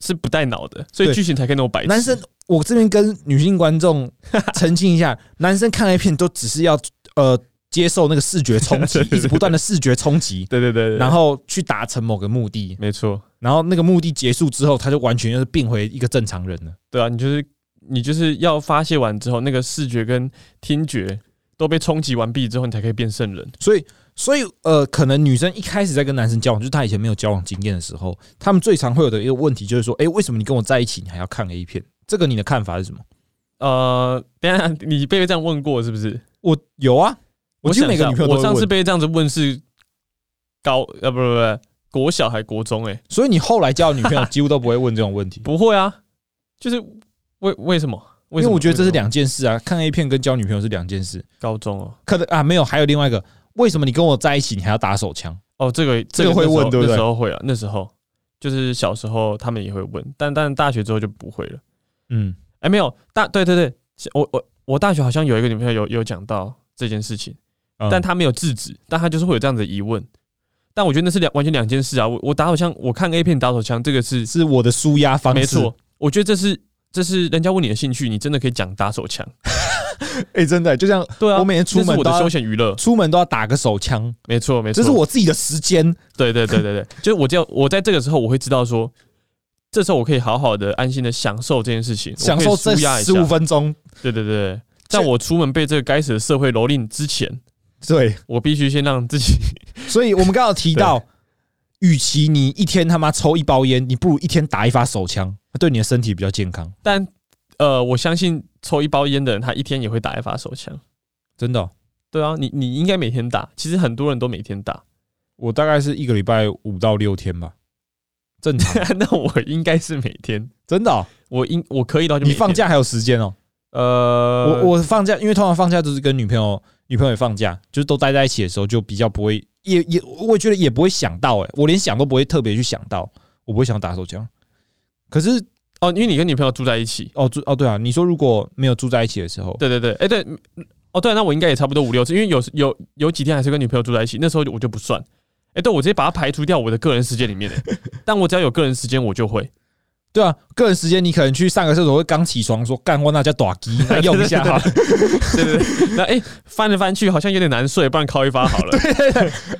是不带脑的，所以
对
剧情才可以那么白痴。
男生，我这边跟女性观 众澄清一下，男生看 A 片都只是要呃接受那个视觉冲击，
对对对
一直不断的视觉冲击，
对对对对，
然后去达成某个目的，
没错，
然后那个目的结束之后，他就完全就是变回一个正常人了。
对啊，你就是你就是要发泄完之后，那个视觉跟听觉都被冲击完毕之后，你才可以变圣人。
所以，所以呃，可能女生一开始在跟男生交往，就是她以前没有交往经验的时候，他们最常会有的一个问题就是说，哎，为什么你跟我在一起，你还要看 A 片？这个你的看法是什么？
呃，等一下你被这样问过是不是？
我有啊，我几乎
想
每
一
个
下
女朋友都
我
会
上次
问
被这样子问是高呃不不不国小还国中哎、
所以你后来交的女朋友几乎都不会问这种问题。
不会啊，就是为为什么？为
因
什
为
么
我觉得这是
为什么
两件事啊，看 A 片跟交女朋友是两件事。
高中哦
可能啊，没有，还有另外一个，为什么你跟我在一起，你还要打手枪？
哦这个
这个会
那时候
问对不对
那时候会啊，那时候就是小时候他们也会问，但但大学之后就不会了。
嗯，
哎、没有大对对对，我我我大学好像有一个女朋友有有讲到这件事情，
嗯
但她没有制止，但她就是会有这样子的疑问。但我觉得那是两完全两件事啊！我我打手枪，我看 A 片打手枪，这个是
是我的舒压方式。
没错，。我觉得这是这是人家问你的兴趣，你真的可以讲打手枪。
哎、真的、就像
对啊，
我每天出
这
门
是我
都
的
要
休闲娱乐，
出门都要打个手枪，
没错没错，
这是我自己的时间。
对对对对 对，就是我只要我在这个时候，我会知道说，这时候我可以好好的安心的享受这件事情，
享受这十
十
五。分钟。
对对对对，在我出门被这个该死的社会蹂躏之前，
对，
我必须先让自己
所以我们刚刚有提到，与其你一天他妈抽一包烟，你不如一天打一发手枪，对你的身体比较健康。
但呃，我相信抽一包烟的人，他一天也会打一发手枪。
真的哦、
对啊，你你应该每天打，其实很多人都每天打，
我大概是一个礼拜五到六天 吧，正常。
那我应该是每天，
真的哦、
我应我可以 到就每
你
天
放，假还有时间哦、
呃，
我我放假，因为通常放假都是跟女朋友，女朋友也放假，就是都待在一起的时候，就比较不会，也也我也觉得也不会想到、欸，哎，我连想都不会特别去想到，我不会想打手枪。可是
哦，因为你跟女朋友住在一起，
哦住哦对啊，你说如果没有住在一起的时候，
对对对，哎、对，嗯哦对，那我应该也差不多五六次，因为有时有有几天还是跟女朋友住在一起，那时候我就不算。哎、对我直接把它排除掉我的个人时间里面、欸但我只要有个人时间，我就会。
对啊，个人时间你可能去上个厕所，会刚起床说干我那叫打鸡，来用一下好了。
对对对，那哎、诶翻来翻去好像有点难睡，不然靠一发好了。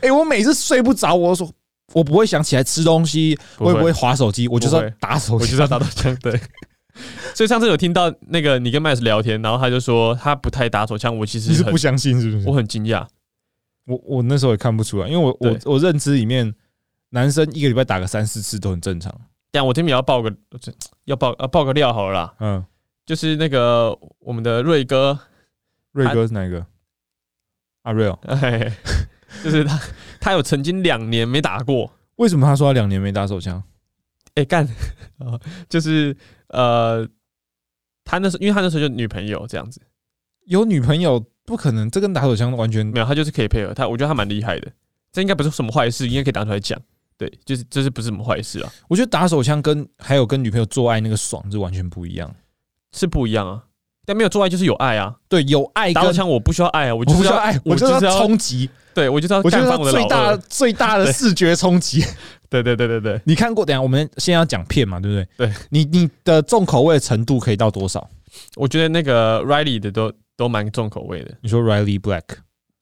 哎、我每次睡不着，我都说我不会想起来吃东西，
不
我
会
也不会划手机，我就是要
不会
打手
我就
机
是。要打到枪，对。 所以上次有听到那个你跟麦斯聊天，然后他就说他不太打手枪，我其
你
实
是
很
不相信是不是？
我很惊讶，
我我那时候也看不出来，因为我我
对
我认知里面，男生一个礼拜打个三四次都很正常。
但我这边也要爆个要爆要爆个料好了啦，
嗯，
就是那个我们的瑞哥，
瑞哥是哪一个？阿瑞哦，
哎， 就是他，他有曾经两年没打过。
为什么他说他两年没打手枪？
哎、干，啊，就是呃，他那时候，因为他那时候就女朋友这样子，
有女朋友不可能，这跟打手枪完全
没有，他就是可以配合他，我觉得他蛮厉害的，这应该不是什么坏事，应该可以拿出来讲。对，就是这是不是什么坏事啊？
我觉得打手枪跟还有跟女朋友做爱那个爽是完全不一样。
是不一样啊，但没有做爱就是有爱啊。
对，有爱
打手
跟
枪我不需要爱啊，我
我
就
不
是
需要
要，
爱，
我
我
就
就是是
要
要冲击，
对我就是要
我觉
干
得
翻我的
最
老
大
二。
最大的视觉冲击。
对对对对对，
你看过？等一下我们先要讲片嘛，对不对？
对，
你你的重口味程度可以到多少？
我觉得那个 Riley 的都都蛮重口味的。
你说 Riley Black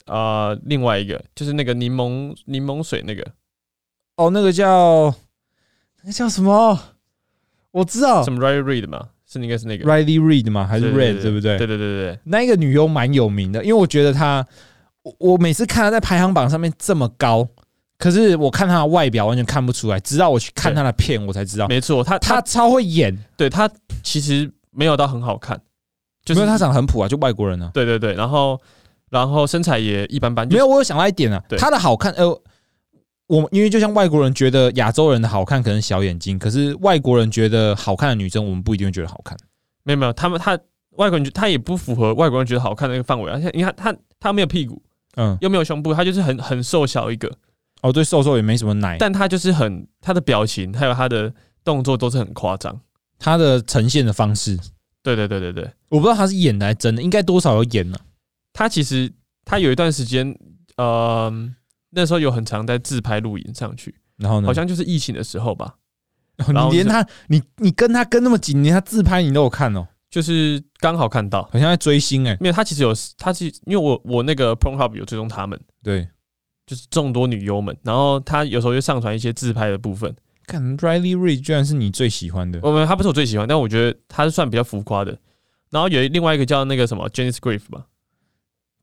啊，另外一个就是那个柠檬柠檬水那个，
哦，那个叫那个叫什么？我知道
什么 Riley Reid 嘛，是应该是那个
哦 Riley Reid 嘛，还是
对
Red 对不对
对？对对对
那一个女优蛮有名的，因为我觉得她，我我每次看她在排行榜上面这么高，可是我看她的外表完全看不出来，直到我去看她的片，我才知道
对，没错，他
她
他
超会演，
对他其实没有到很好看，就是
因为她长得很普啊，就外国人啊。
对对对，然后然后身材也一般般，
没
就是
有，我有想到一点啊，
对
她的好看，呃，我因为就像外国人觉得亚洲人的好看可能小眼睛，可是外国人觉得好看的女生，我们不一定会觉得好看。
没有没有，他们他外国人觉他也不符合外国人觉得好看的那个范围，而且你看他他没有屁股，
嗯，
又没有胸部，他就是很很瘦小一个，
哦，对，瘦瘦也没什么奶，
但他就是很他的表情还有他的动作都是很夸张，
她的呈现的方式，
对对对对对，
我不知道她是演的还是真的，应该多少有演啊呢、
他其实他有一段时间，呃，那时候有很常在自拍录影上去，
然后呢？
好像就是疫情的时候吧。
哦
然 后
你连他，你你跟他跟那么紧，你连他自拍你都有看哦，
就是刚好看到，
好像在追星哎、
因为他其实有，他是因为我我那个 Pornhub 有追踪他们，
对，
就是众多女优们，然后他有时候就上传一些自拍的部分。
看 Riley Reid 居然是你最喜欢的，
我们他不是我最喜欢，但我觉得他是算比较浮夸的。然后有另外一个叫那个什么 Janice Grief 吧，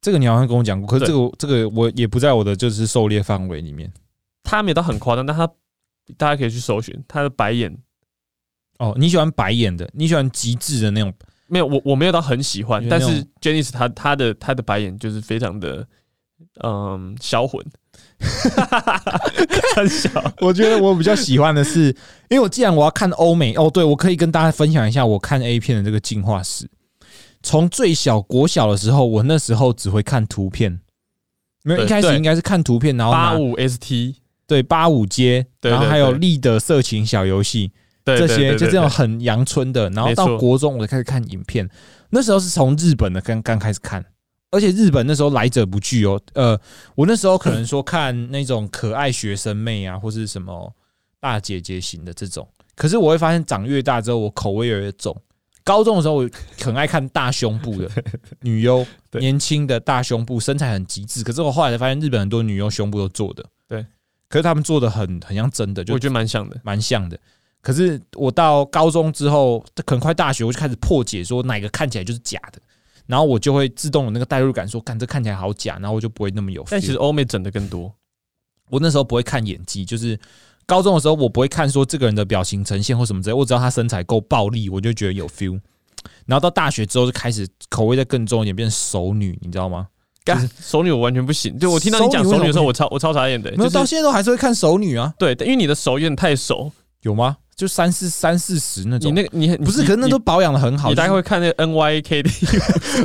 这个你好像跟我讲过，可是
对
这个我这个我也不在我的就是狩猎范围里面
他没有到很夸张，但他大家可以去搜寻他的白眼，
哦。你喜欢白眼的，你喜欢极致的那种，
没有我我没有到很喜欢，
有那
但
种
是 Janice 她她的她的白眼就是非常的嗯销魂，很小，
我觉得我比较喜欢的是，因为我既然我要看欧美哦，对我可以跟大家分享一下我看 A 片的这个进化史。从最小国小的时候，我那时候只会看图片，没有
对
一开始
对
应该是看图片，然后拿
八五 ST，
对八五街，
对
然后
对
还有
对
立的色情小游戏，
对
这
对
些
对
就
对
这种
对
很阳春的。然后
没
到
错
国中，我才开始看影片，那时候是从日本的刚刚开始看，而且日本那时候来者不拒哦。呃，我那时候可能 说看那种可爱学生妹啊，或是什么大姐姐型的这种，可是我会发现长越大之后，我口味越来越重。高中的时候，我很爱看大胸部的女 优，
对
年轻的大胸部，身材很极致。可是我后来才发现，日本很多女优胸部都做的，
对。
可是他们做的很很像真的，就
我觉得蛮像的。
蛮像的。可是我到高中之后，可能快大学，我就开始破解说哪个看起来就是假的，然后我就会自动有那个代入感说，干这看起来好假，然后我就不会那么有 feel。
但其实欧美整的更多，
我那时候不会看演技，就是高中的时候我不会看说这个人的表情呈现或什么之类，我只要他身材够暴力，我就觉得有 feel。然后到大学之后就开始口味再更重一点，变成熟女，你知道吗？
干熟女我完全不行。就我听到你讲
熟
熟
女
女
为
的
什
时
么
候，
不
我超我超傻眼的、
没
就
有，到
是
现在都还是会看熟女啊，
对，但因为你的熟有点太熟，
有吗？就三四三四十那
你
种，
那个你很
不是，
你
可是那都保养的很
你
好。
你大概
就是
会看那个 N Y K D，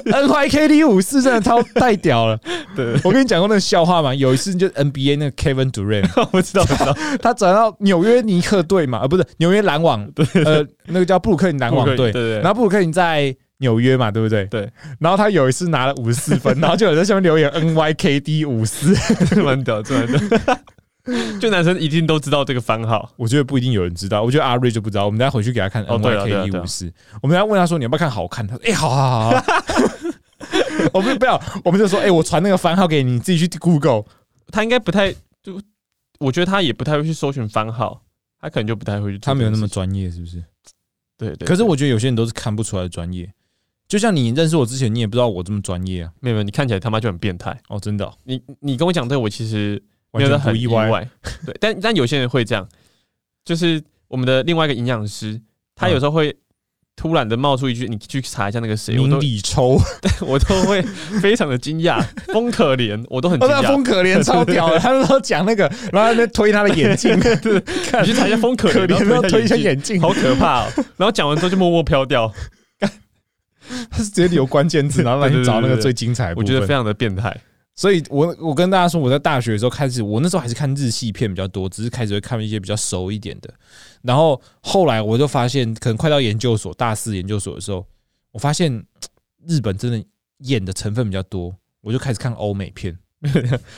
NYKD 五四真的 超太屌了。
对，
我跟你讲过那个笑话嘛，有一次就 NBA 那个 Kevin Durant，
我不知 道不知道，
他转到纽约尼克队嘛，呃，不是纽约篮网，呃，那个叫布鲁克林篮网
不可以对
队，
对
然后布鲁克林在。纽约嘛，对不对？
对。
然后他有一次拿了五十四 分，然后就有人在下面留言 NYKD 五四，
对， 蛮屌，这蛮屌。 就男生一定都知道这个番号，
我觉得不一定有人知道，我觉得阿瑞就不知道。我们等一下回去给他看
哦对啊对啊
NYKD
对啊
五四，我们等一下问他说你要不要看好看？他说哎、好好好好。 我们不要，我们就说哎、我传那个番号给你，你自己去 Google。
他应该不太就，我觉得他也不太会去搜寻番号，他可能就不太会去做
他没有那么
这件事
专业，是不是？
对对。
可是
对
我觉得有些人都是看不出来的专业，就像你认识我之前，你也不知道我这么专业啊。
没有没有，你看起来他妈就很变态。
哦，真的哦、
你你跟我讲这个，我其实没
完
有到
全不
很
意
外。
外。
对，但但有些人会这样，就是我们的另外一个营养师，他
嗯
有时候会突然的冒出一句，你去查一下那个谁，我
名
都
里 抽，
我都会非常的惊讶，风可怜，我都很 惊
哦，那
讶。
风可怜超屌的，他那时候讲那个，然后在那边推他的眼 镜，
你去查一下风可
可
怜，
怜，
然
然
后
后推一下
下镜，
眼镜，
好可怕哦。然后讲完之后就默默飘掉，
他是直接留关键字，然后让你找那个最精彩的部
我
分。
觉得非常的变态。
所以我我跟大家说，我在大学的时候开始，我那时候还是看日系片比较多，只是开始会看一些比较熟一点的。然后后来我就发现，可能快到研究所大四研究所的时候，我发现日本真的演的成分比较多，我就开始看欧美片。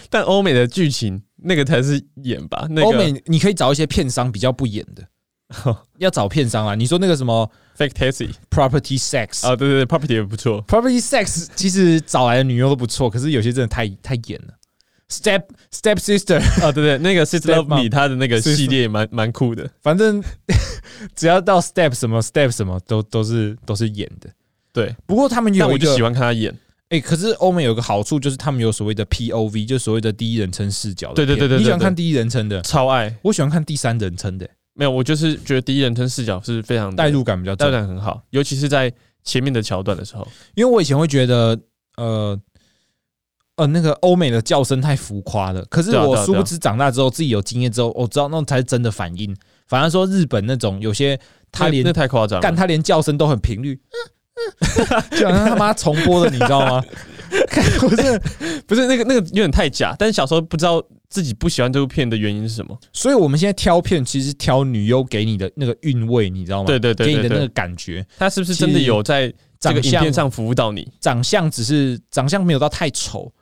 但欧美的剧情那个才是演吧，那个
欧、美你可以找一些片商比较不演的，要找片商啊。你说那个什么
fake taxi
Property Sex
啊，对对对，property 也 不错。
Property Sex 其实找来的女优都不错，可是有些真的太太演了。Step Step Sister
啊，对对，那个 Sis
Step
Love Me 它的那个
Sis-
系列也蛮蛮酷的。
反正 只要到 step 什么 step 什么都都是都是演的。
对，
不过他们
但
有
我
一
就
个
喜欢看他演。
哎、可是欧美有个好处就是他们有所谓的 POV，就是所谓的第一人称视角的
对对
片
对对对
你喜欢
对
看第一人称的，
超爱。
我喜欢看第三人称的、
没有，我就是觉得第一人称视角是非常的
代入感比较
代
重
入。感很好，尤其是在前面的桥段的时候。
因为我以前会觉得，呃呃，那个欧美的叫声太浮夸了。可是
对啊对啊
我
对啊
殊不知长大之后，自己有经验之后，我知道那种才是真的反应。反而说日本那种有些他
那
连
那太夸张了，
干他连叫声都很频 率，就好像他妈重播的，你知道吗？看我真的，
不是那个那个有点太假。但是小时候不知道自己不喜欢这部片的原因是什么。
所以我们现在挑片其实挑女优给你的那个韵味，你知道吗？
对对对
给
对
你的那个
对，
感觉，
他是不是真的有在这
长
个影
相
片上服务到你？
长相只是长相没有到太丑，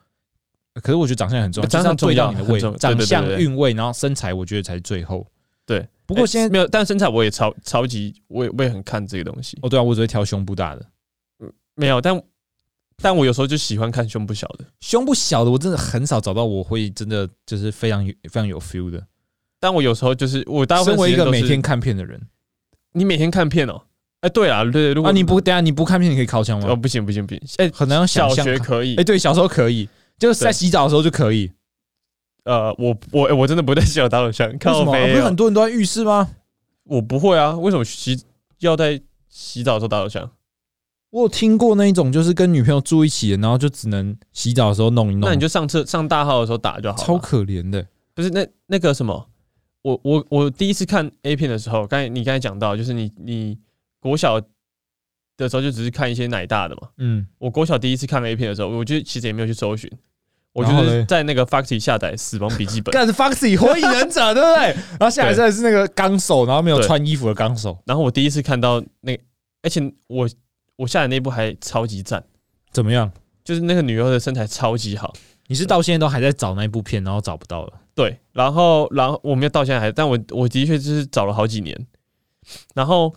可是我觉得长相很重要，
长相
就是要对到
重要
你的味
很重，要对对
长
对
相
对对
韵味，然后身材，我觉得才是最后。
对，
不过现
哎
在
没有，但身材我也超超级，我也我也很看这个东西。
哦，对啊，我只会挑胸部大的，
没有，但但我有时候就喜欢看胸部小的。
胸部小的我真的很少找到我会真的就是非常有非常有 feel 的。
但我有时候就是我大部分
身为一
时间
个
都
每
是
天看片的人
你每天看片哦、哎、对啊，对对，如果
啊，你不等一下你不看片，你可以靠枪吗
哦，？不行不行不行，哎、
很难想
小
象。
学
哎、
可以，
对，小时候可以，就是在
对
洗澡的时候就可以。
呃，我我、哎我真的不在洗澡打手枪，
为
靠
什么、啊
背
不是
哦、
很多人都在浴室吗？
我不会啊，为什么洗要在洗澡的时候打手枪？
我有听过那一种，就是跟女朋友住一起的，然后就只能洗澡的时候弄一弄。
那你就上厕上大号的时候打就好了。
超可怜的。
不是那那个什么，我我我第一次看 A 片的时候，刚才你刚才讲到，就是你你国小的时候就只是看一些奶大的嘛。
嗯，
我国小第一次看 A 片的时候，我就其实也没有去搜寻，我就
然后嘞
是在那个 Foxy 下载《死亡笔记 本》，
干是 Foxy 火影忍者，对不对？ 然后下来
对
真的是那个纲手，然后没有
对
穿衣服的纲手。
然后我第一次看到那个，而且我我下载那部还超级赞，
怎么样？
就是那个女优的身材超级好。
你是到现在都还在找那部片，然后找不到了？
对，然后然后我没有到现在还，但我我的确就是找了好几年，然后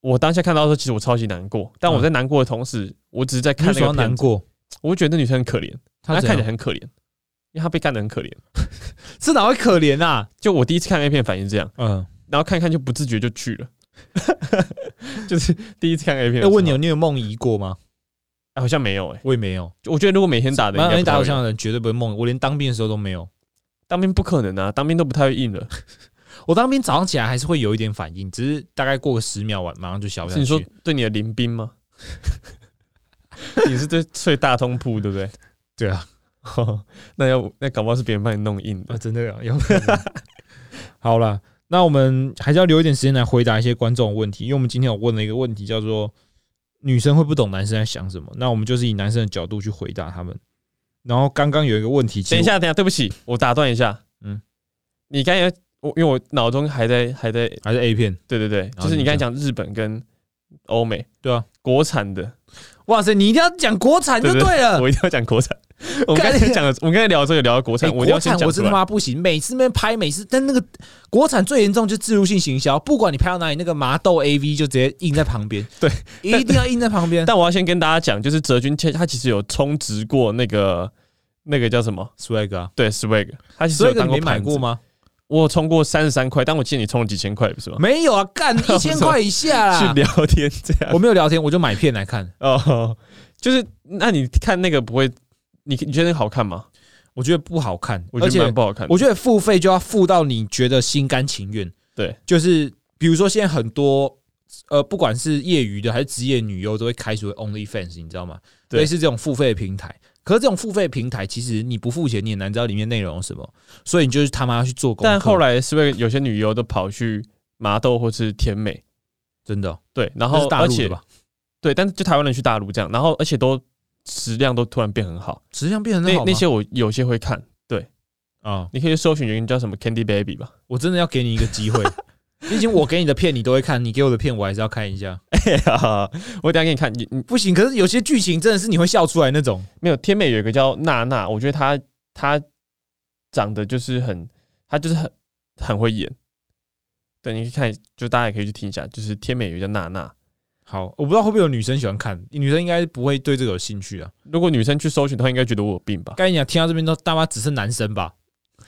我当下看到的时候，其实我超级难过，但我在难过的同时，我只是在
嗯你
看
为
那
什么要
个
难
片子，
过？
我会觉得那女生很可怜，她
怎
看
样
起来很可怜，因为她被干得很可怜。
这哪会可怜啊？
就我第一次看 A 片反应是这样，
嗯，
然后看看就不自觉就去了， 就是第一次看 A 片的时
哎，
候。
问你，你有梦遗过吗？
哎好像没有哎、
我也没有。
我觉得如果每天打的应
没
该
有，你打
好
手枪的人绝对不会梦，我连当兵的时候都没有。
当兵不可能啊，当兵都不太会硬了。
我当兵早上起来还是会有一点反应，只是大概过个十秒完，马上就消下
是
去。
你说对你的临 兵吗？你是对睡大通铺对不 对？
对啊，
那要那搞不好是别人帮你弄硬的
啊，。真的 有有可能。好了，那我们还是要留一点时间来回答一些观众的问题，因为我们今天有问了一个问题，叫做女生会不懂男生在想什么，那我们就是以男生的角度去回答他们。然后刚刚有一个问题，其实
等一下，等一下，对不起，我打断一下。
嗯
嗯，你刚才我因为我脑中还在还在，
还是 A 片，
对对对，
后
就是你刚才讲日本跟欧美，
哦对啊，
国产的，
哇塞，你一定要讲国产就对了。
我一定要讲国 产。我们刚才讲的，我们刚才聊这个聊到国
哎
产，我
国
一定要先
产
讲
我
出
真他
来。
妈不行，每次那边拍，每次但那个国产最严重就是植入性行销，不管你拍到哪里，那个麻豆 A V 就直接印在旁边，
对，
一定要印在旁边。
但我要先跟大家讲，就是泽君他其实有充值过那个那个叫什么？
swag 啊，
对，Swag，他其实
所
有
以
当
你
过
没买
盘子
过？吗？
我有充过三十三块，但我记得你充了几千块，不是吗？
没啊有啊， 干一千块以下
去
啦。
聊天这样
我没有聊天，我就买片来看。
哦，就是那你看那个不会，你你觉得那个好看吗？
我觉得不好看，
我
而
觉得
且
蛮不好看的。
我觉得付费就要付到你觉得心甘情愿。
对，
就是比如说现在很多呃，不管是业余的还是职业女优，都会开出 OnlyFans，你知道吗？
对
类似这种付费平台。可是这种付费平台，其实你不付钱，你也难知道里面内容有什么，所以你就是他妈要去做功课。
但后来是不是有些女优都跑去麻豆或是甜美？
真的哦，
对，
这
然后
是大
而
陆
且
的吧？
对，但是就台湾人去大陆这样，然后而且都质量都突然变很好。
质量变得
那
很好吗
那些我有些会看，
啊、
你可以搜寻有一个叫什么 Candy Baby 吧。
我真的要给你一个机 会，毕竟我给你的片你都会看，你给我的片我还是要看一下。
我等一下给你看，你你
不行，可是有些剧情真的是你会笑出来那种。
没有天美有一个叫娜娜，我觉得她她长得就是很，她就是很很会演。对，你可以看，就大家也可以去听一下，就是天美有一个叫娜娜。
好，我不知道会不会有女生喜欢看，女生应该不会对这个有兴趣啊。
如果女生去搜寻的话，应该觉得我有病吧？
刚才讲听到这边都大妈只剩男生吧，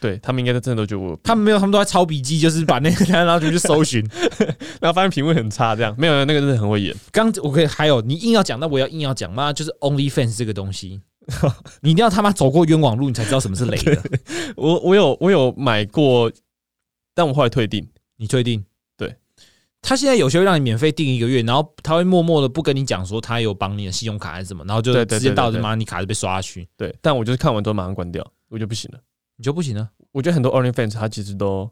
对他们应该都真的都觉得我有病。
他们没有，他们都在抄笔记，就是把那个然后就去搜寻。
然后发现评论很差，这样没有那个真的很会演。
刚我可以还有你硬要讲，那我也要硬要讲，妈就是 OnlyFans 这个东 西，你一定要他妈走过冤枉路，你才知道什么是雷的。
我我有我有买过，但我后来退订。
你确定？
对，
他现在有些会让你免费订一个月，然后他会默默的不跟你讲说他有绑你的信用卡还是什么，然后就
对对对
直接到
对
就
对
妈你卡就被刷下去，
对，但我就是看完之后马上关掉，我就不行了。
你就不行了。
我觉得很多 OnlyFans 它其实都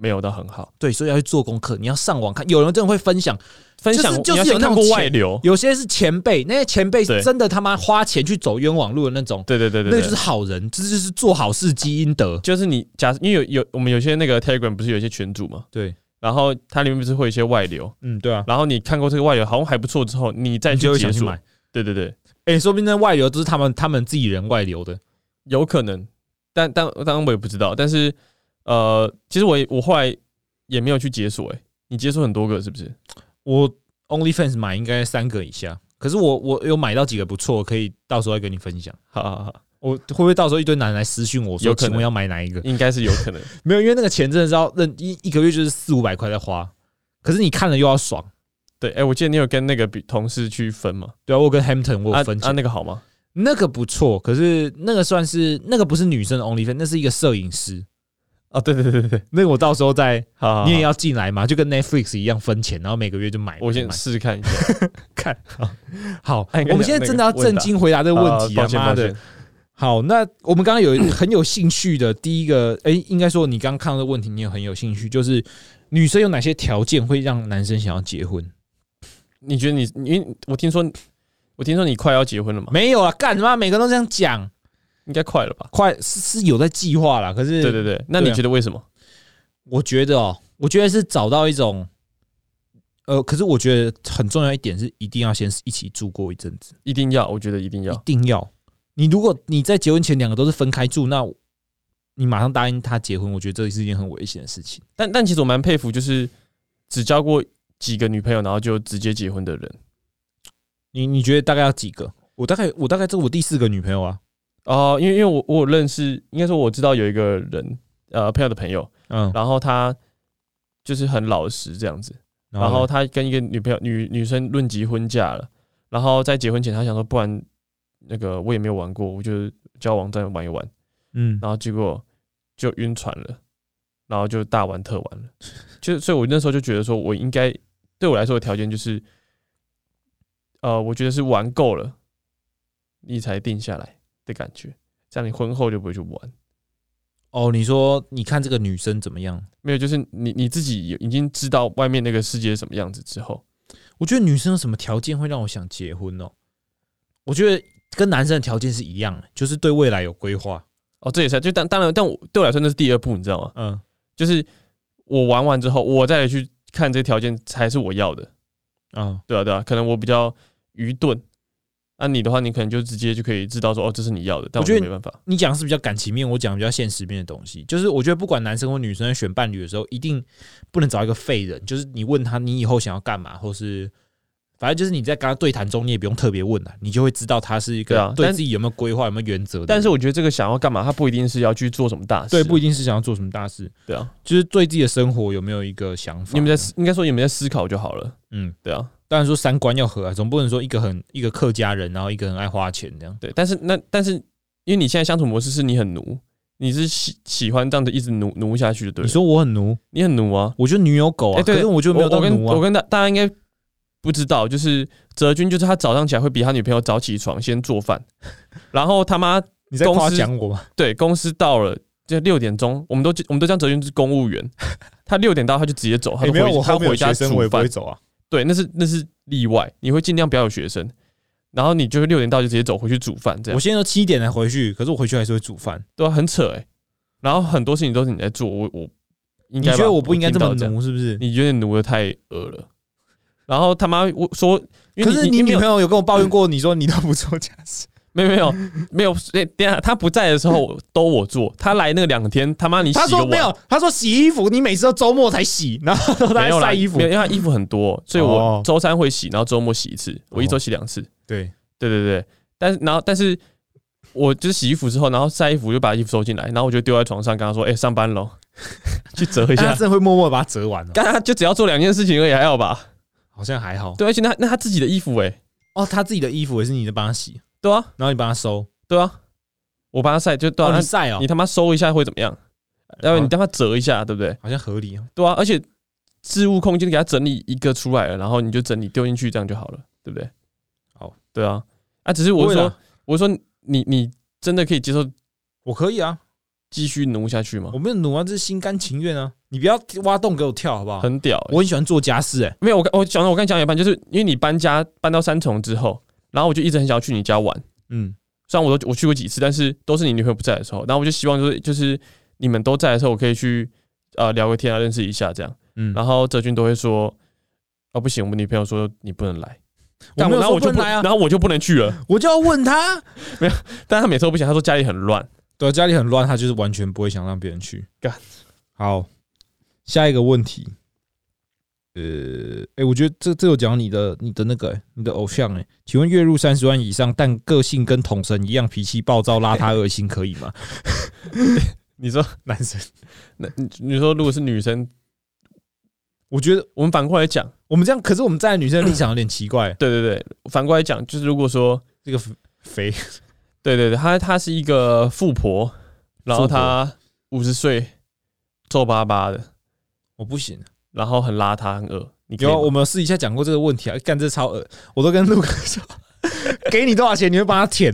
没有到很好
对，所以要去做功课，你要上网看，有人真的会分享，
分享，
就是
你
有
要先
那
看
种
过
钱
外流。
有些是前辈，那些前辈是
对
真的他妈花钱去走冤枉路的那种，
对对对对，
那个
对
就是好人，这就是做好事积阴德。
就是你假设因为有有我们有些那个 Telegram 不是有一些群组嘛，
对，
然后它里面不是会有一些外流，
嗯，对啊，
然后你看过这个外流好像还不错之后，你再
你
去
就会
解
想去
锁
买。。
对对对，
哎、说不定那外流都是他们他们自己人外流的。
有可能，但但当然我也不知道，但是呃，其实我也我后来也没有去解锁、欸，你解锁很多个是不是？
我 OnlyFans 买应该三个以下，可是我我有买到几个不错，可以到时候再跟你分享。
好好好，
我会不会到时候一堆男人来私讯我
有
说，
可能
请问要买哪一个？
应该是有可能。
没有，因为那个钱真的是要认一一个月就是四五百块在花，可是你看了又要爽。
对，哎、我记得你有跟那个比同事去分嘛？
对啊，我有跟 Hampton 我
啊
有分
啊，
钱，
那个好吗？
那个不错，可是那个算是那个不是女生的 OnlyFans，那是一个摄影师。
啊，对对对对对，
那个我到时候再
好好好
你也要进来嘛，就跟 Netflix 一样分钱，然后每个月就买。
我先
买
试试看一下。
看 好，
哎
我们现在真的要正经回答这个问题啊！
啊抱歉
妈
抱
的
歉，，
好，那我们刚刚有很有兴趣的第一个，哎，应该说你刚刚看到的问题，你也很有兴趣，就是女生有哪些条件会让男生想要结婚？
你觉得你因为我听说我听说你快要结婚了嘛？
没有啊，干什么？每个人都这样讲，
应该快了吧？
快是是有在计划啦，可是
对对对，那你
对啊
觉得为什么？
我觉得哦，我觉得是找到一种呃，可是我觉得很重要一点是，一定要先一起住过一阵子，
一定要，我觉得一定
一
要。
定要。你如果你在结婚前两个都是分开住，那你马上答应他结婚，我觉得这是一件很危险的事情。
但但其实我蛮佩服，就是只交过几个女朋友，然后就直接结婚的人。
你你觉得大概要几个？我大概我大概这是我第四个女朋友啊，
哦、因为因为我我有认识，应该说我知道有一个人，呃，朋友的朋友，
嗯，
然后他就是很老实这样子，
然
然后
呢
他跟一个女朋友女女生论及婚嫁了，然后在结婚前他想说，不然那个我也没有玩过，我就交往再玩一玩，
嗯，
然后结果就晕船了，然后就大玩特玩了，就所以，我那时候就觉得说，我应该对我来说的条件就是，呃，我觉得是玩够了，你才定下来的感觉，这样你婚后就不会去玩，
哦，你说你看这个女生怎么样？
没有，就是你你自己已经知道外面那个世界是什么样子之后，
我觉得哦女生有什么条件会让我想结婚哦？我觉得跟男生的条件是一样的，就是对未来有规划。
哦，这也是就当当然，但我对我来说那是第二步，你知道吗？
嗯，
就是我玩完之后，我再去看这些条件才是我要的。
啊，
对啊，对啊，可能我比较愚钝。那、你的话，你可能就直接就可以知道说，哦，这是你要的，但
我
我
觉
就
得
没办法。
你讲的是比较感情面，我讲比较现实面的东西。就是我觉得不管男生或女生在选伴侣的时候，一定不能找一个废人。就是你问他你以后想要干嘛，或是反正就是你在跟他对谈中，你也不用特别问了，啊你就会知道他是一
对
个
啊
对
但
自己有没有规划、有没有原则的人。
但是我觉得这个想要干嘛，他不一定是要去做什么大事啊、
对不一定是想要做什么大事，
对啊。
就是对自己的生活有没有一个想法。
你们在思应该说你们在思考就好了。
嗯，
对啊，
当然说三观要合啊，总不能说一个很一个客家人，然后一个很爱花钱这样。
对。但是那但是，因为你现在相处模式是你很奴，你是喜喜欢这样子一直奴奴下去的，对
你
了？
说我很奴，
你很奴啊。
我就女友狗啊，
哎对
可是我就没有
我
到
我跟
奴
我
啊。
跟大大家应该不知道，就是哲君，就是他早上起来会比他女朋友早起床，先做饭，然后他妈
你在
公司
夸奖我吗？
对，公司到了就六点钟，我们都我们都叫哲君是公务员，他六点到他就直接走，他
你
就
哎没有
回
我
他
后面有
回家
学生，我
煮
也不
饭
会。走啊。
对，那是那是例外，你会尽量不要有学生，然后你就是六点到就直接走回去煮饭，这
我
样
现在都七点才回去，可是我回去还是会煮饭。
对啊，很扯哎、然后很多事情都是你在做，我我
你
应该吧
觉得我不应该
听
这么
到样，
奴是不是？
你有点奴的太恶了。然后他妈我说，因为
可是
你
你
没
女
有
朋友有跟我抱怨过，你说你都不做家事，
没有没有没有， 哎、等一下他不在的时候 都我做，他来那两天他妈你洗
她
个
说
碗
没有，她说洗衣服你每次都周末才洗，然后都
没
在
有啦
晒衣服
没。有因为他衣服很多，所以
哦
我周三会洗，然后周末洗一次，我一周洗两次。
对，
对对对，但是然后但是我就是洗衣服之后，然后晒衣服就把衣服收进来，然后我就丢在床上，跟他说：“哎、上班喽， 去折
但
一
她
下。
真的会默默地把它折完哦”，
刚他就只要做两件事情而已，还好吧？
好像还好。
对，而且那那他自己的衣服、哎，
哦，她自己的衣服也是你在帮她洗，
对啊，
然后你帮她收，
对啊，我帮他晒，就对
哦，
啊，
你晒
那
哦
你，他妈收一下会怎么样？要不你他妈折一下，对不对？
好像合理哦。
对啊，而且置物空间给它整理一个出来了，然后你就整理丢进去，这样就好了，对不对？
好，
对啊，啊，只是我
不会
是
啦
说，我是说你你真的可以接受
我可以啊，
继续奴下去吗
我？没有努啊，这是心甘情愿啊！你不要挖洞给我跳，好不好？
很屌欸、
我很喜欢做家事、欸，
没有我刚我讲到我刚讲到一半，就是因为你搬家搬到三重之后，然后我就一直很想要去你家玩，
嗯，
虽然我都我去过几次，但是都是你女朋友不在的时候，然后我就希望就是就是你们都在的时候，我可以去呃聊个天啊，认识一下这样。
嗯
然后哲君都会说，哦不行，我们女朋友说你不能来，
我
干
没有
然
说
后我就
不能来啊
然后我就不能去了。
我就要问他，
但他每次都不行，他说家里很乱。
对，啊家里很乱，他就是完全不会想让别人去。
干
好，下一个问题，呃，哎、我觉得这这有讲你的你的那个、欸你的偶像、欸，请问月入三十万以上，但个性跟统神一样，脾气暴躁、邋遢、恶心，可以吗？
你说，
男生，
那你你说如果是女生，
我觉得
我们反过来讲，
我们这样，可是我们站在女生的立场有点奇怪、
对对对，反过来讲就是如果说，
这个肥，
对对对，她她是一个富婆，然后
富婆
她五十岁，皱巴巴的，
我不行。
然后很邋遢，很恶，你可以
有啊，我
吗
们有私底下讲过这个问题啊，干这超恶，我都跟陆哥说， 给你多少钱你会帮他舔。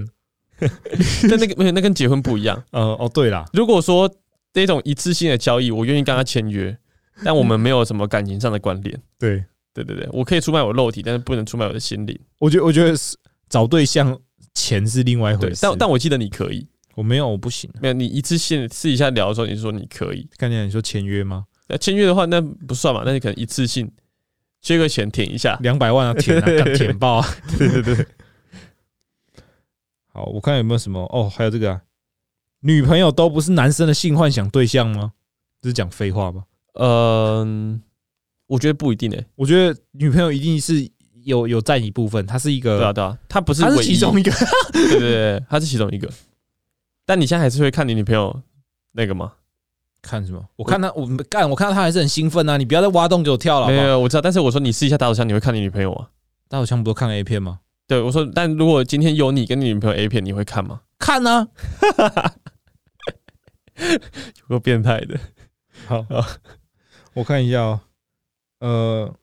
但那个没有，那跟结婚不一样。
呃，哦对啦，
如果说这种一次性的交易，我愿意跟她签约，但我们没有什么感情上的关联。
对，
对对对，我可以出卖我的肉体，但是不能出卖我的心灵。
我觉得我觉得是找对象钱是另外一
对
回事，，
但但我记得你可以，
我没有，我不行。
没有你一次性私底下聊的时候，你说你可以，
看见你说签约吗？
那签约的话，那不算嘛，那你可能一次性缺个钱舔一下。
两百 万啊，舔啊，干舔爆 啊！
对对对，
好，我看有没有什么哦，还有这个啊，女朋友都不是男生的性幻想对象吗？这是讲废话吧？
嗯，我觉得不一定诶、
我觉得女朋友一定是有有占一部分，她是一
对啊
个，
对啊，他不是
她是
唯
其中一个。
对对对，他是其中一个。但你现在还是会看你女朋友那个吗？
看什么？我看她，我干，我看到她还是很兴奋啊！你不要再挖洞给我跳了，好
没
不好？
有，我知道。但是我说你试一下打手枪，你会看你女朋友吗？
大手枪不都看 A 片吗？
对，我说，但如果今天有你跟你女朋友 A 片，你会看吗？
看啊！
有个变态的，
好
好，
我看一下哦，呃，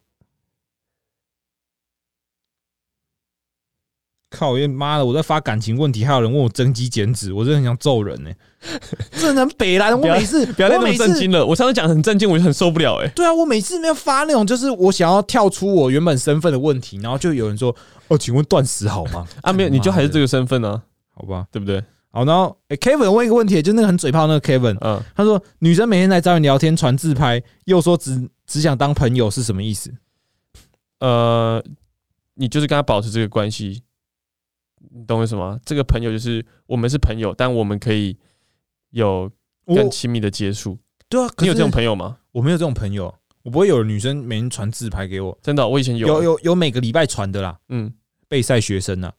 靠！因妈的，我在发感情问题，还有人问我增肌减脂，我真的很想揍人呢、 这人北兰，我
不要
每次
不要再
我
那
每
么
次
震惊了。我上次讲很震惊，我就很受不了哎、
对啊，我每次没有发那种，就是我想要跳出我原本身份的问题，然后就有人说：“哦，请问断食好吗？”
啊，没有，你就还是这
个
个身份啊，
好吧？
对不对？
好，然后、诶 Kevin 问一个问题，就那个很嘴炮那个 Kevin，
嗯，
他说：“女生每天来找你聊天、传自拍，又说只只想当朋友，是什么意思？”
呃，你就是跟他保持这个关系，你懂我意思吗？这个朋友就是我们是朋友，但我们可以有
我
更亲密的接触。
对啊，可
你有
是
这种朋友吗？
我没有这种朋友，我不会有女生每天传自拍给我，
真的哦、我以前有，
有有有每个礼拜传的啦，
嗯，
备赛学生啊，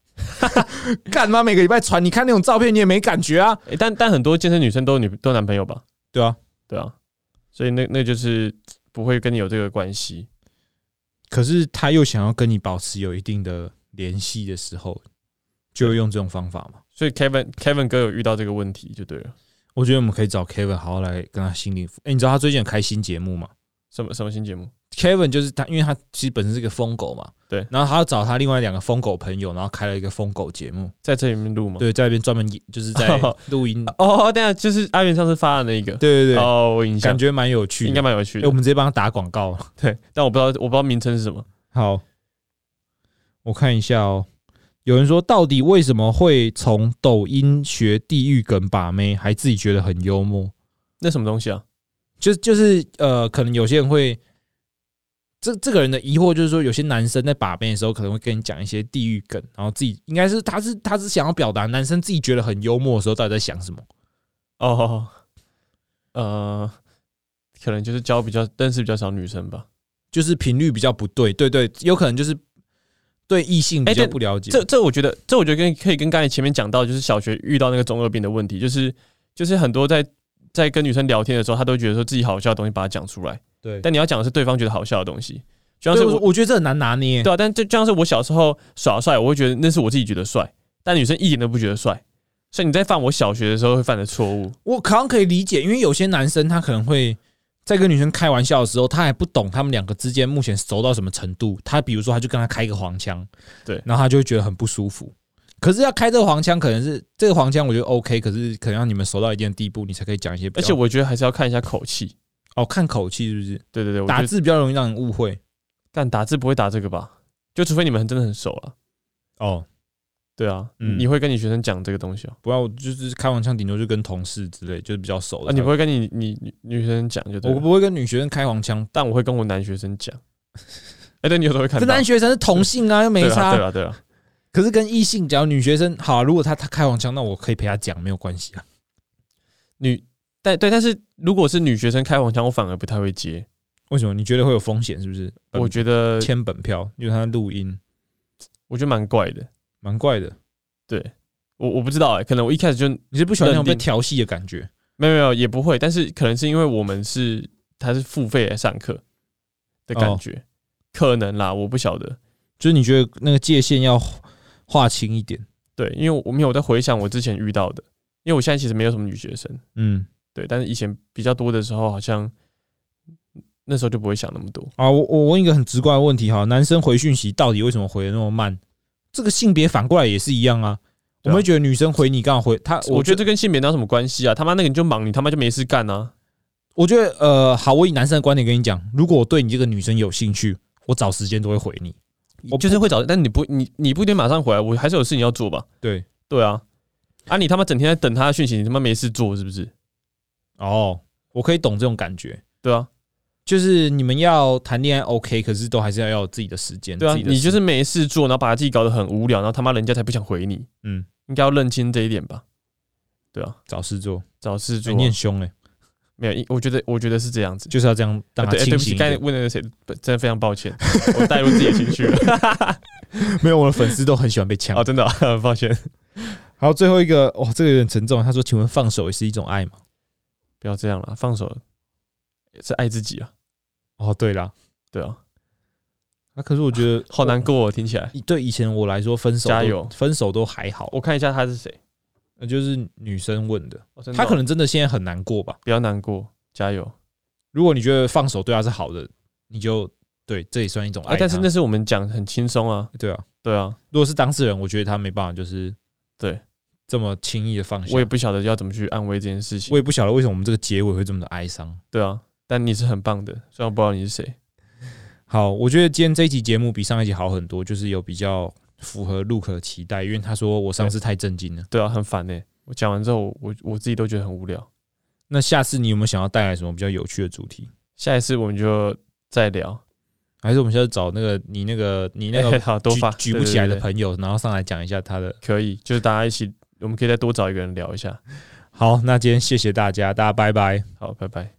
干嘛每个礼拜传？你看那种照片你也没感觉啊，
诶但但很多健身女生都有女都有男朋友吧？
对啊，
对啊，所以那那就是不会跟你有这个关系。
可是他又想要跟你保持有一定的联系的时候，就会用这种方法嘛。
所以 Kevin Kevin 哥有遇到这个问题就对了。
我觉得我们可以找 Kevin 好好来跟他心灵辅。哎、你知道他最近有开新节目吗
什么什么新节目？
？Kevin 就是他，因为他其实本身是个疯狗嘛，
对
然后他要找他另外两个疯狗朋友，然后开了一个疯狗节目，
在这里面录吗？
对，在那边专门就是 在录音，
哦，对啊，就是阿元上次发的那一个。
对对对，
哦，我印象
感觉蛮有趣的，
应该蛮有趣
哎、
的
我。们直接帮他打广告。
对，但我不知道我不知道名称是什么。
好，我看一下哦。有人说，到底为什么会从抖音学地狱梗把妹，还自己觉得很幽默？
那什么东西啊？
就就是呃，可能有些人会，这这个人的疑惑就是说，有些男生在把妹的时候，可能会跟你讲一些地狱梗，然后自己应该是他是他是想要表达男生自己觉得很幽默的时候，到底在想什么？
哦，呃，可能就是交比较认识比较少女生吧。
就是频率比较不对，对对，有可能就是对异性比
哎
较
对
不了解。
这这我觉得，这我觉得跟可以跟刚才前面讲到，就是小学遇到那个中二病的问题，就是就是很多在在跟女生聊天的时候，她都觉得说自己好笑的东西把它讲出来，
对，
但你要讲的是对方觉得好笑的东西，就像
对
是
我
我
我觉得这很难拿捏。
对啊，但就就像是我小时候耍帅，我会觉得那是我自己觉得帅，但女生一点都不觉得帅，所以你在犯我小学的时候会犯的错误，
我好像可以理解，因为有些男生他可能会在跟女生开玩笑的时候，他还不懂他们两个之间目前熟到什么程度。他比如说，他就跟他开一个黄腔，
对
然后他就会觉得很不舒服。可是要开这个黄腔，可能是这个黄腔，我觉得 OK，可是可能要你们熟到一定的地步，你才可以讲一些比
而
较。
且我觉得还是要看一下口气，
哦，看口气是不是？
对对对，我觉
打
得
字比较容易让人误会。
干打字不会打这个吧？就除非你们真的很熟了，
哦，
对啊，
嗯
你会跟你学生讲这个东西哦、
不要，就是开黄腔，顶多就跟同事之类，就是比较熟的。
啊，你不会跟你你你女生讲就对了
我不会跟女学生开黄腔，
但我会跟我男学 生讲。哎、对你有时候会看
这
到，
男学生是同性啊，又没
对
差。
啊，对啊，对 啊，
可是跟异性，只要女学生好啊、如果她她开黄腔，那我可以陪她讲，没有关系啊。
女但对，但是如果是女学生开黄腔，我反而不太会接。
为什么？你觉得会有风险是不是？
我觉得
得，签本票，因为她录音，
我觉得蛮怪的。
蛮怪的。
对我我不知道哎、可能我一开始就
你是不喜欢那种被
认定
调戏的感觉？
没有没有也不会，但是可能是因为我们是他是付费来上课的
哦
感觉，可能啦，我不晓得。
就是你觉得那个界限要划清一点。
对，因为我没有在回想我之前遇到的，因为我现在其实没有什么女学生，
嗯，
对，但是以前比较多的时候，好像那时候就不会想那么多。
啊，我我问一个很直观的问题哈，男生回讯息到底为什么回的那么慢？这个性别反过来也是一样啊。我
对啊
们会觉得女生回你刚好回她，
我
我
觉得这跟性别哪有什么关系啊？他妈那个你就忙，你他妈就没事干啊！
我觉得呃，好，我以男生的观点跟你讲，如果我对你这个女生有兴趣，我找时间都会回你。我
就是会找，但你不你你不一定马上回来，我还是有事情要做吧？
对，
对啊，啊你他妈整天在等他的讯息，你他妈没事做是不是？
哦，我可以懂这种感觉。
对啊，
就是你们要谈恋爱 OK，可是都还是要要有自己的时间。
对啊，
自己的
你就
事
是没事做，然后把自己搞得很无聊，然后他妈人家才不想回你。
嗯，
应该要认清这一点吧？对啊，
找事做，
找事做
欸、你很凶哎、
没有，我觉得我觉得是这样子。
就是要这样让他
啊对，哎对
清
不起，
醒一
刚才
点。
问那个谁，不真的非常抱歉，我带入自己的情绪 了。
没有，我的粉丝都很喜欢被呛
哦，。真的、啊，抱歉，
好，最后一个，哇，这个有点沉重。他说：“请问放手也是一种爱吗
不要这样了，放手了是爱自己啊，？”
哦，对啦，
对啊，
那、啊可是我觉得
好难过、哦，听起来。
以对以前我来说，分手都
加油
分手都还好，
我看一下他是谁，
那就是女生问的，
哦真的
她
哦
可能真的现在很难过吧。
不要难过，加油。
如果你觉得放手对她是好的，你就对这也算一种爱
啊，
她、
但是那是我们讲很轻松啊，
对啊，
对啊，
如果是当事人，我觉得他没办法，就是
对
这么轻易的放下。
我也不晓得要怎么去安慰这件事情
我。也不晓得为什么我们这个结尾会这么的哀伤。
对啊，但你是很棒的，虽然我不知道你是谁。
好，我觉得今天这一集节目比上一集好很多，就是有比较符合 Look 的期待，因为他说我上次太震惊了。
对啊，很烦呢、我讲完之后，我我自己都觉得很无聊。
那下次你有没有想要带来什么比较有趣的主题？
下一次我们就再聊。
还是我们下次找那个你那 个你那个
好多
举
发
举不起来的
对对对
朋友，然后上来讲一下他的。
可以，就是大家一起，我们可以再多找一个人聊一下。
好，那今天谢谢大家，大家拜拜。
好，拜拜。